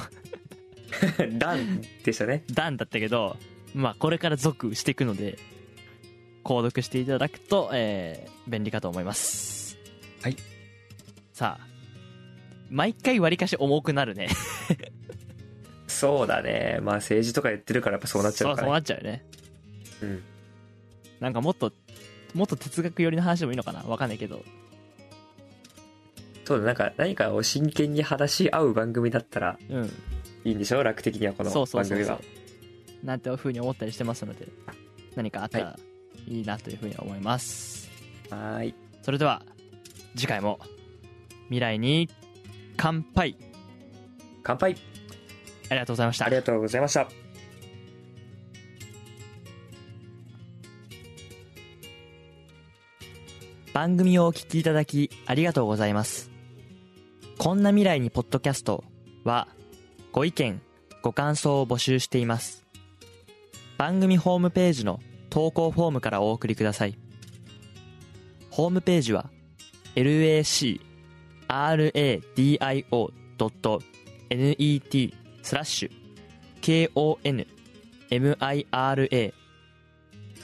Speaker 2: ダンでしたね。
Speaker 1: 段だったけど、まあこれから続していくので、購読していただくと、えー便利かと思います。
Speaker 2: はい。
Speaker 1: さあ、毎回割かし重くなるね。
Speaker 2: そうだね。まあ、政治とか言ってるからやっぱそうなっちゃう
Speaker 1: そ
Speaker 2: か
Speaker 1: そう
Speaker 2: ら、
Speaker 1: な
Speaker 2: ね。
Speaker 1: っちゃうよね。
Speaker 2: うん。
Speaker 1: なんかもっと、もっと哲学寄りの話でもいいのかなわかんないけど。
Speaker 2: そうだ、なんか何かを真剣に話し合う番組だったら
Speaker 1: うん。
Speaker 2: いいんでしょ楽的にはこの
Speaker 1: そうそう
Speaker 2: 番
Speaker 1: そう
Speaker 2: 組
Speaker 1: そう
Speaker 2: は。
Speaker 1: なんていうふうに思ったりしてますので、何かあったらいいなというふうに思います。
Speaker 2: はーい。
Speaker 1: それでは次回も未来に乾杯
Speaker 2: 乾杯
Speaker 1: ありがとうございました
Speaker 2: ありがとうございました。
Speaker 1: 番組をお聞きいただきありがとうございますこんな未来にポッドキャストはご意見ご感想を募集しています番組ホームページの投稿フォームからお送りくださいホームページは lacradio.net スラッシュ konmira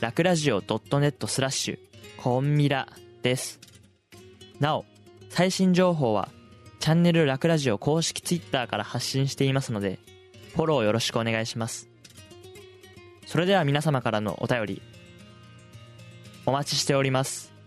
Speaker 1: ラクラジオ .net スラッシュコンミラですなお最新情報はチャンネルラクラジオ公式ツイッターから発信していますのでフォローよろしくお願いしますそれでは皆様からのお便りお待ちしております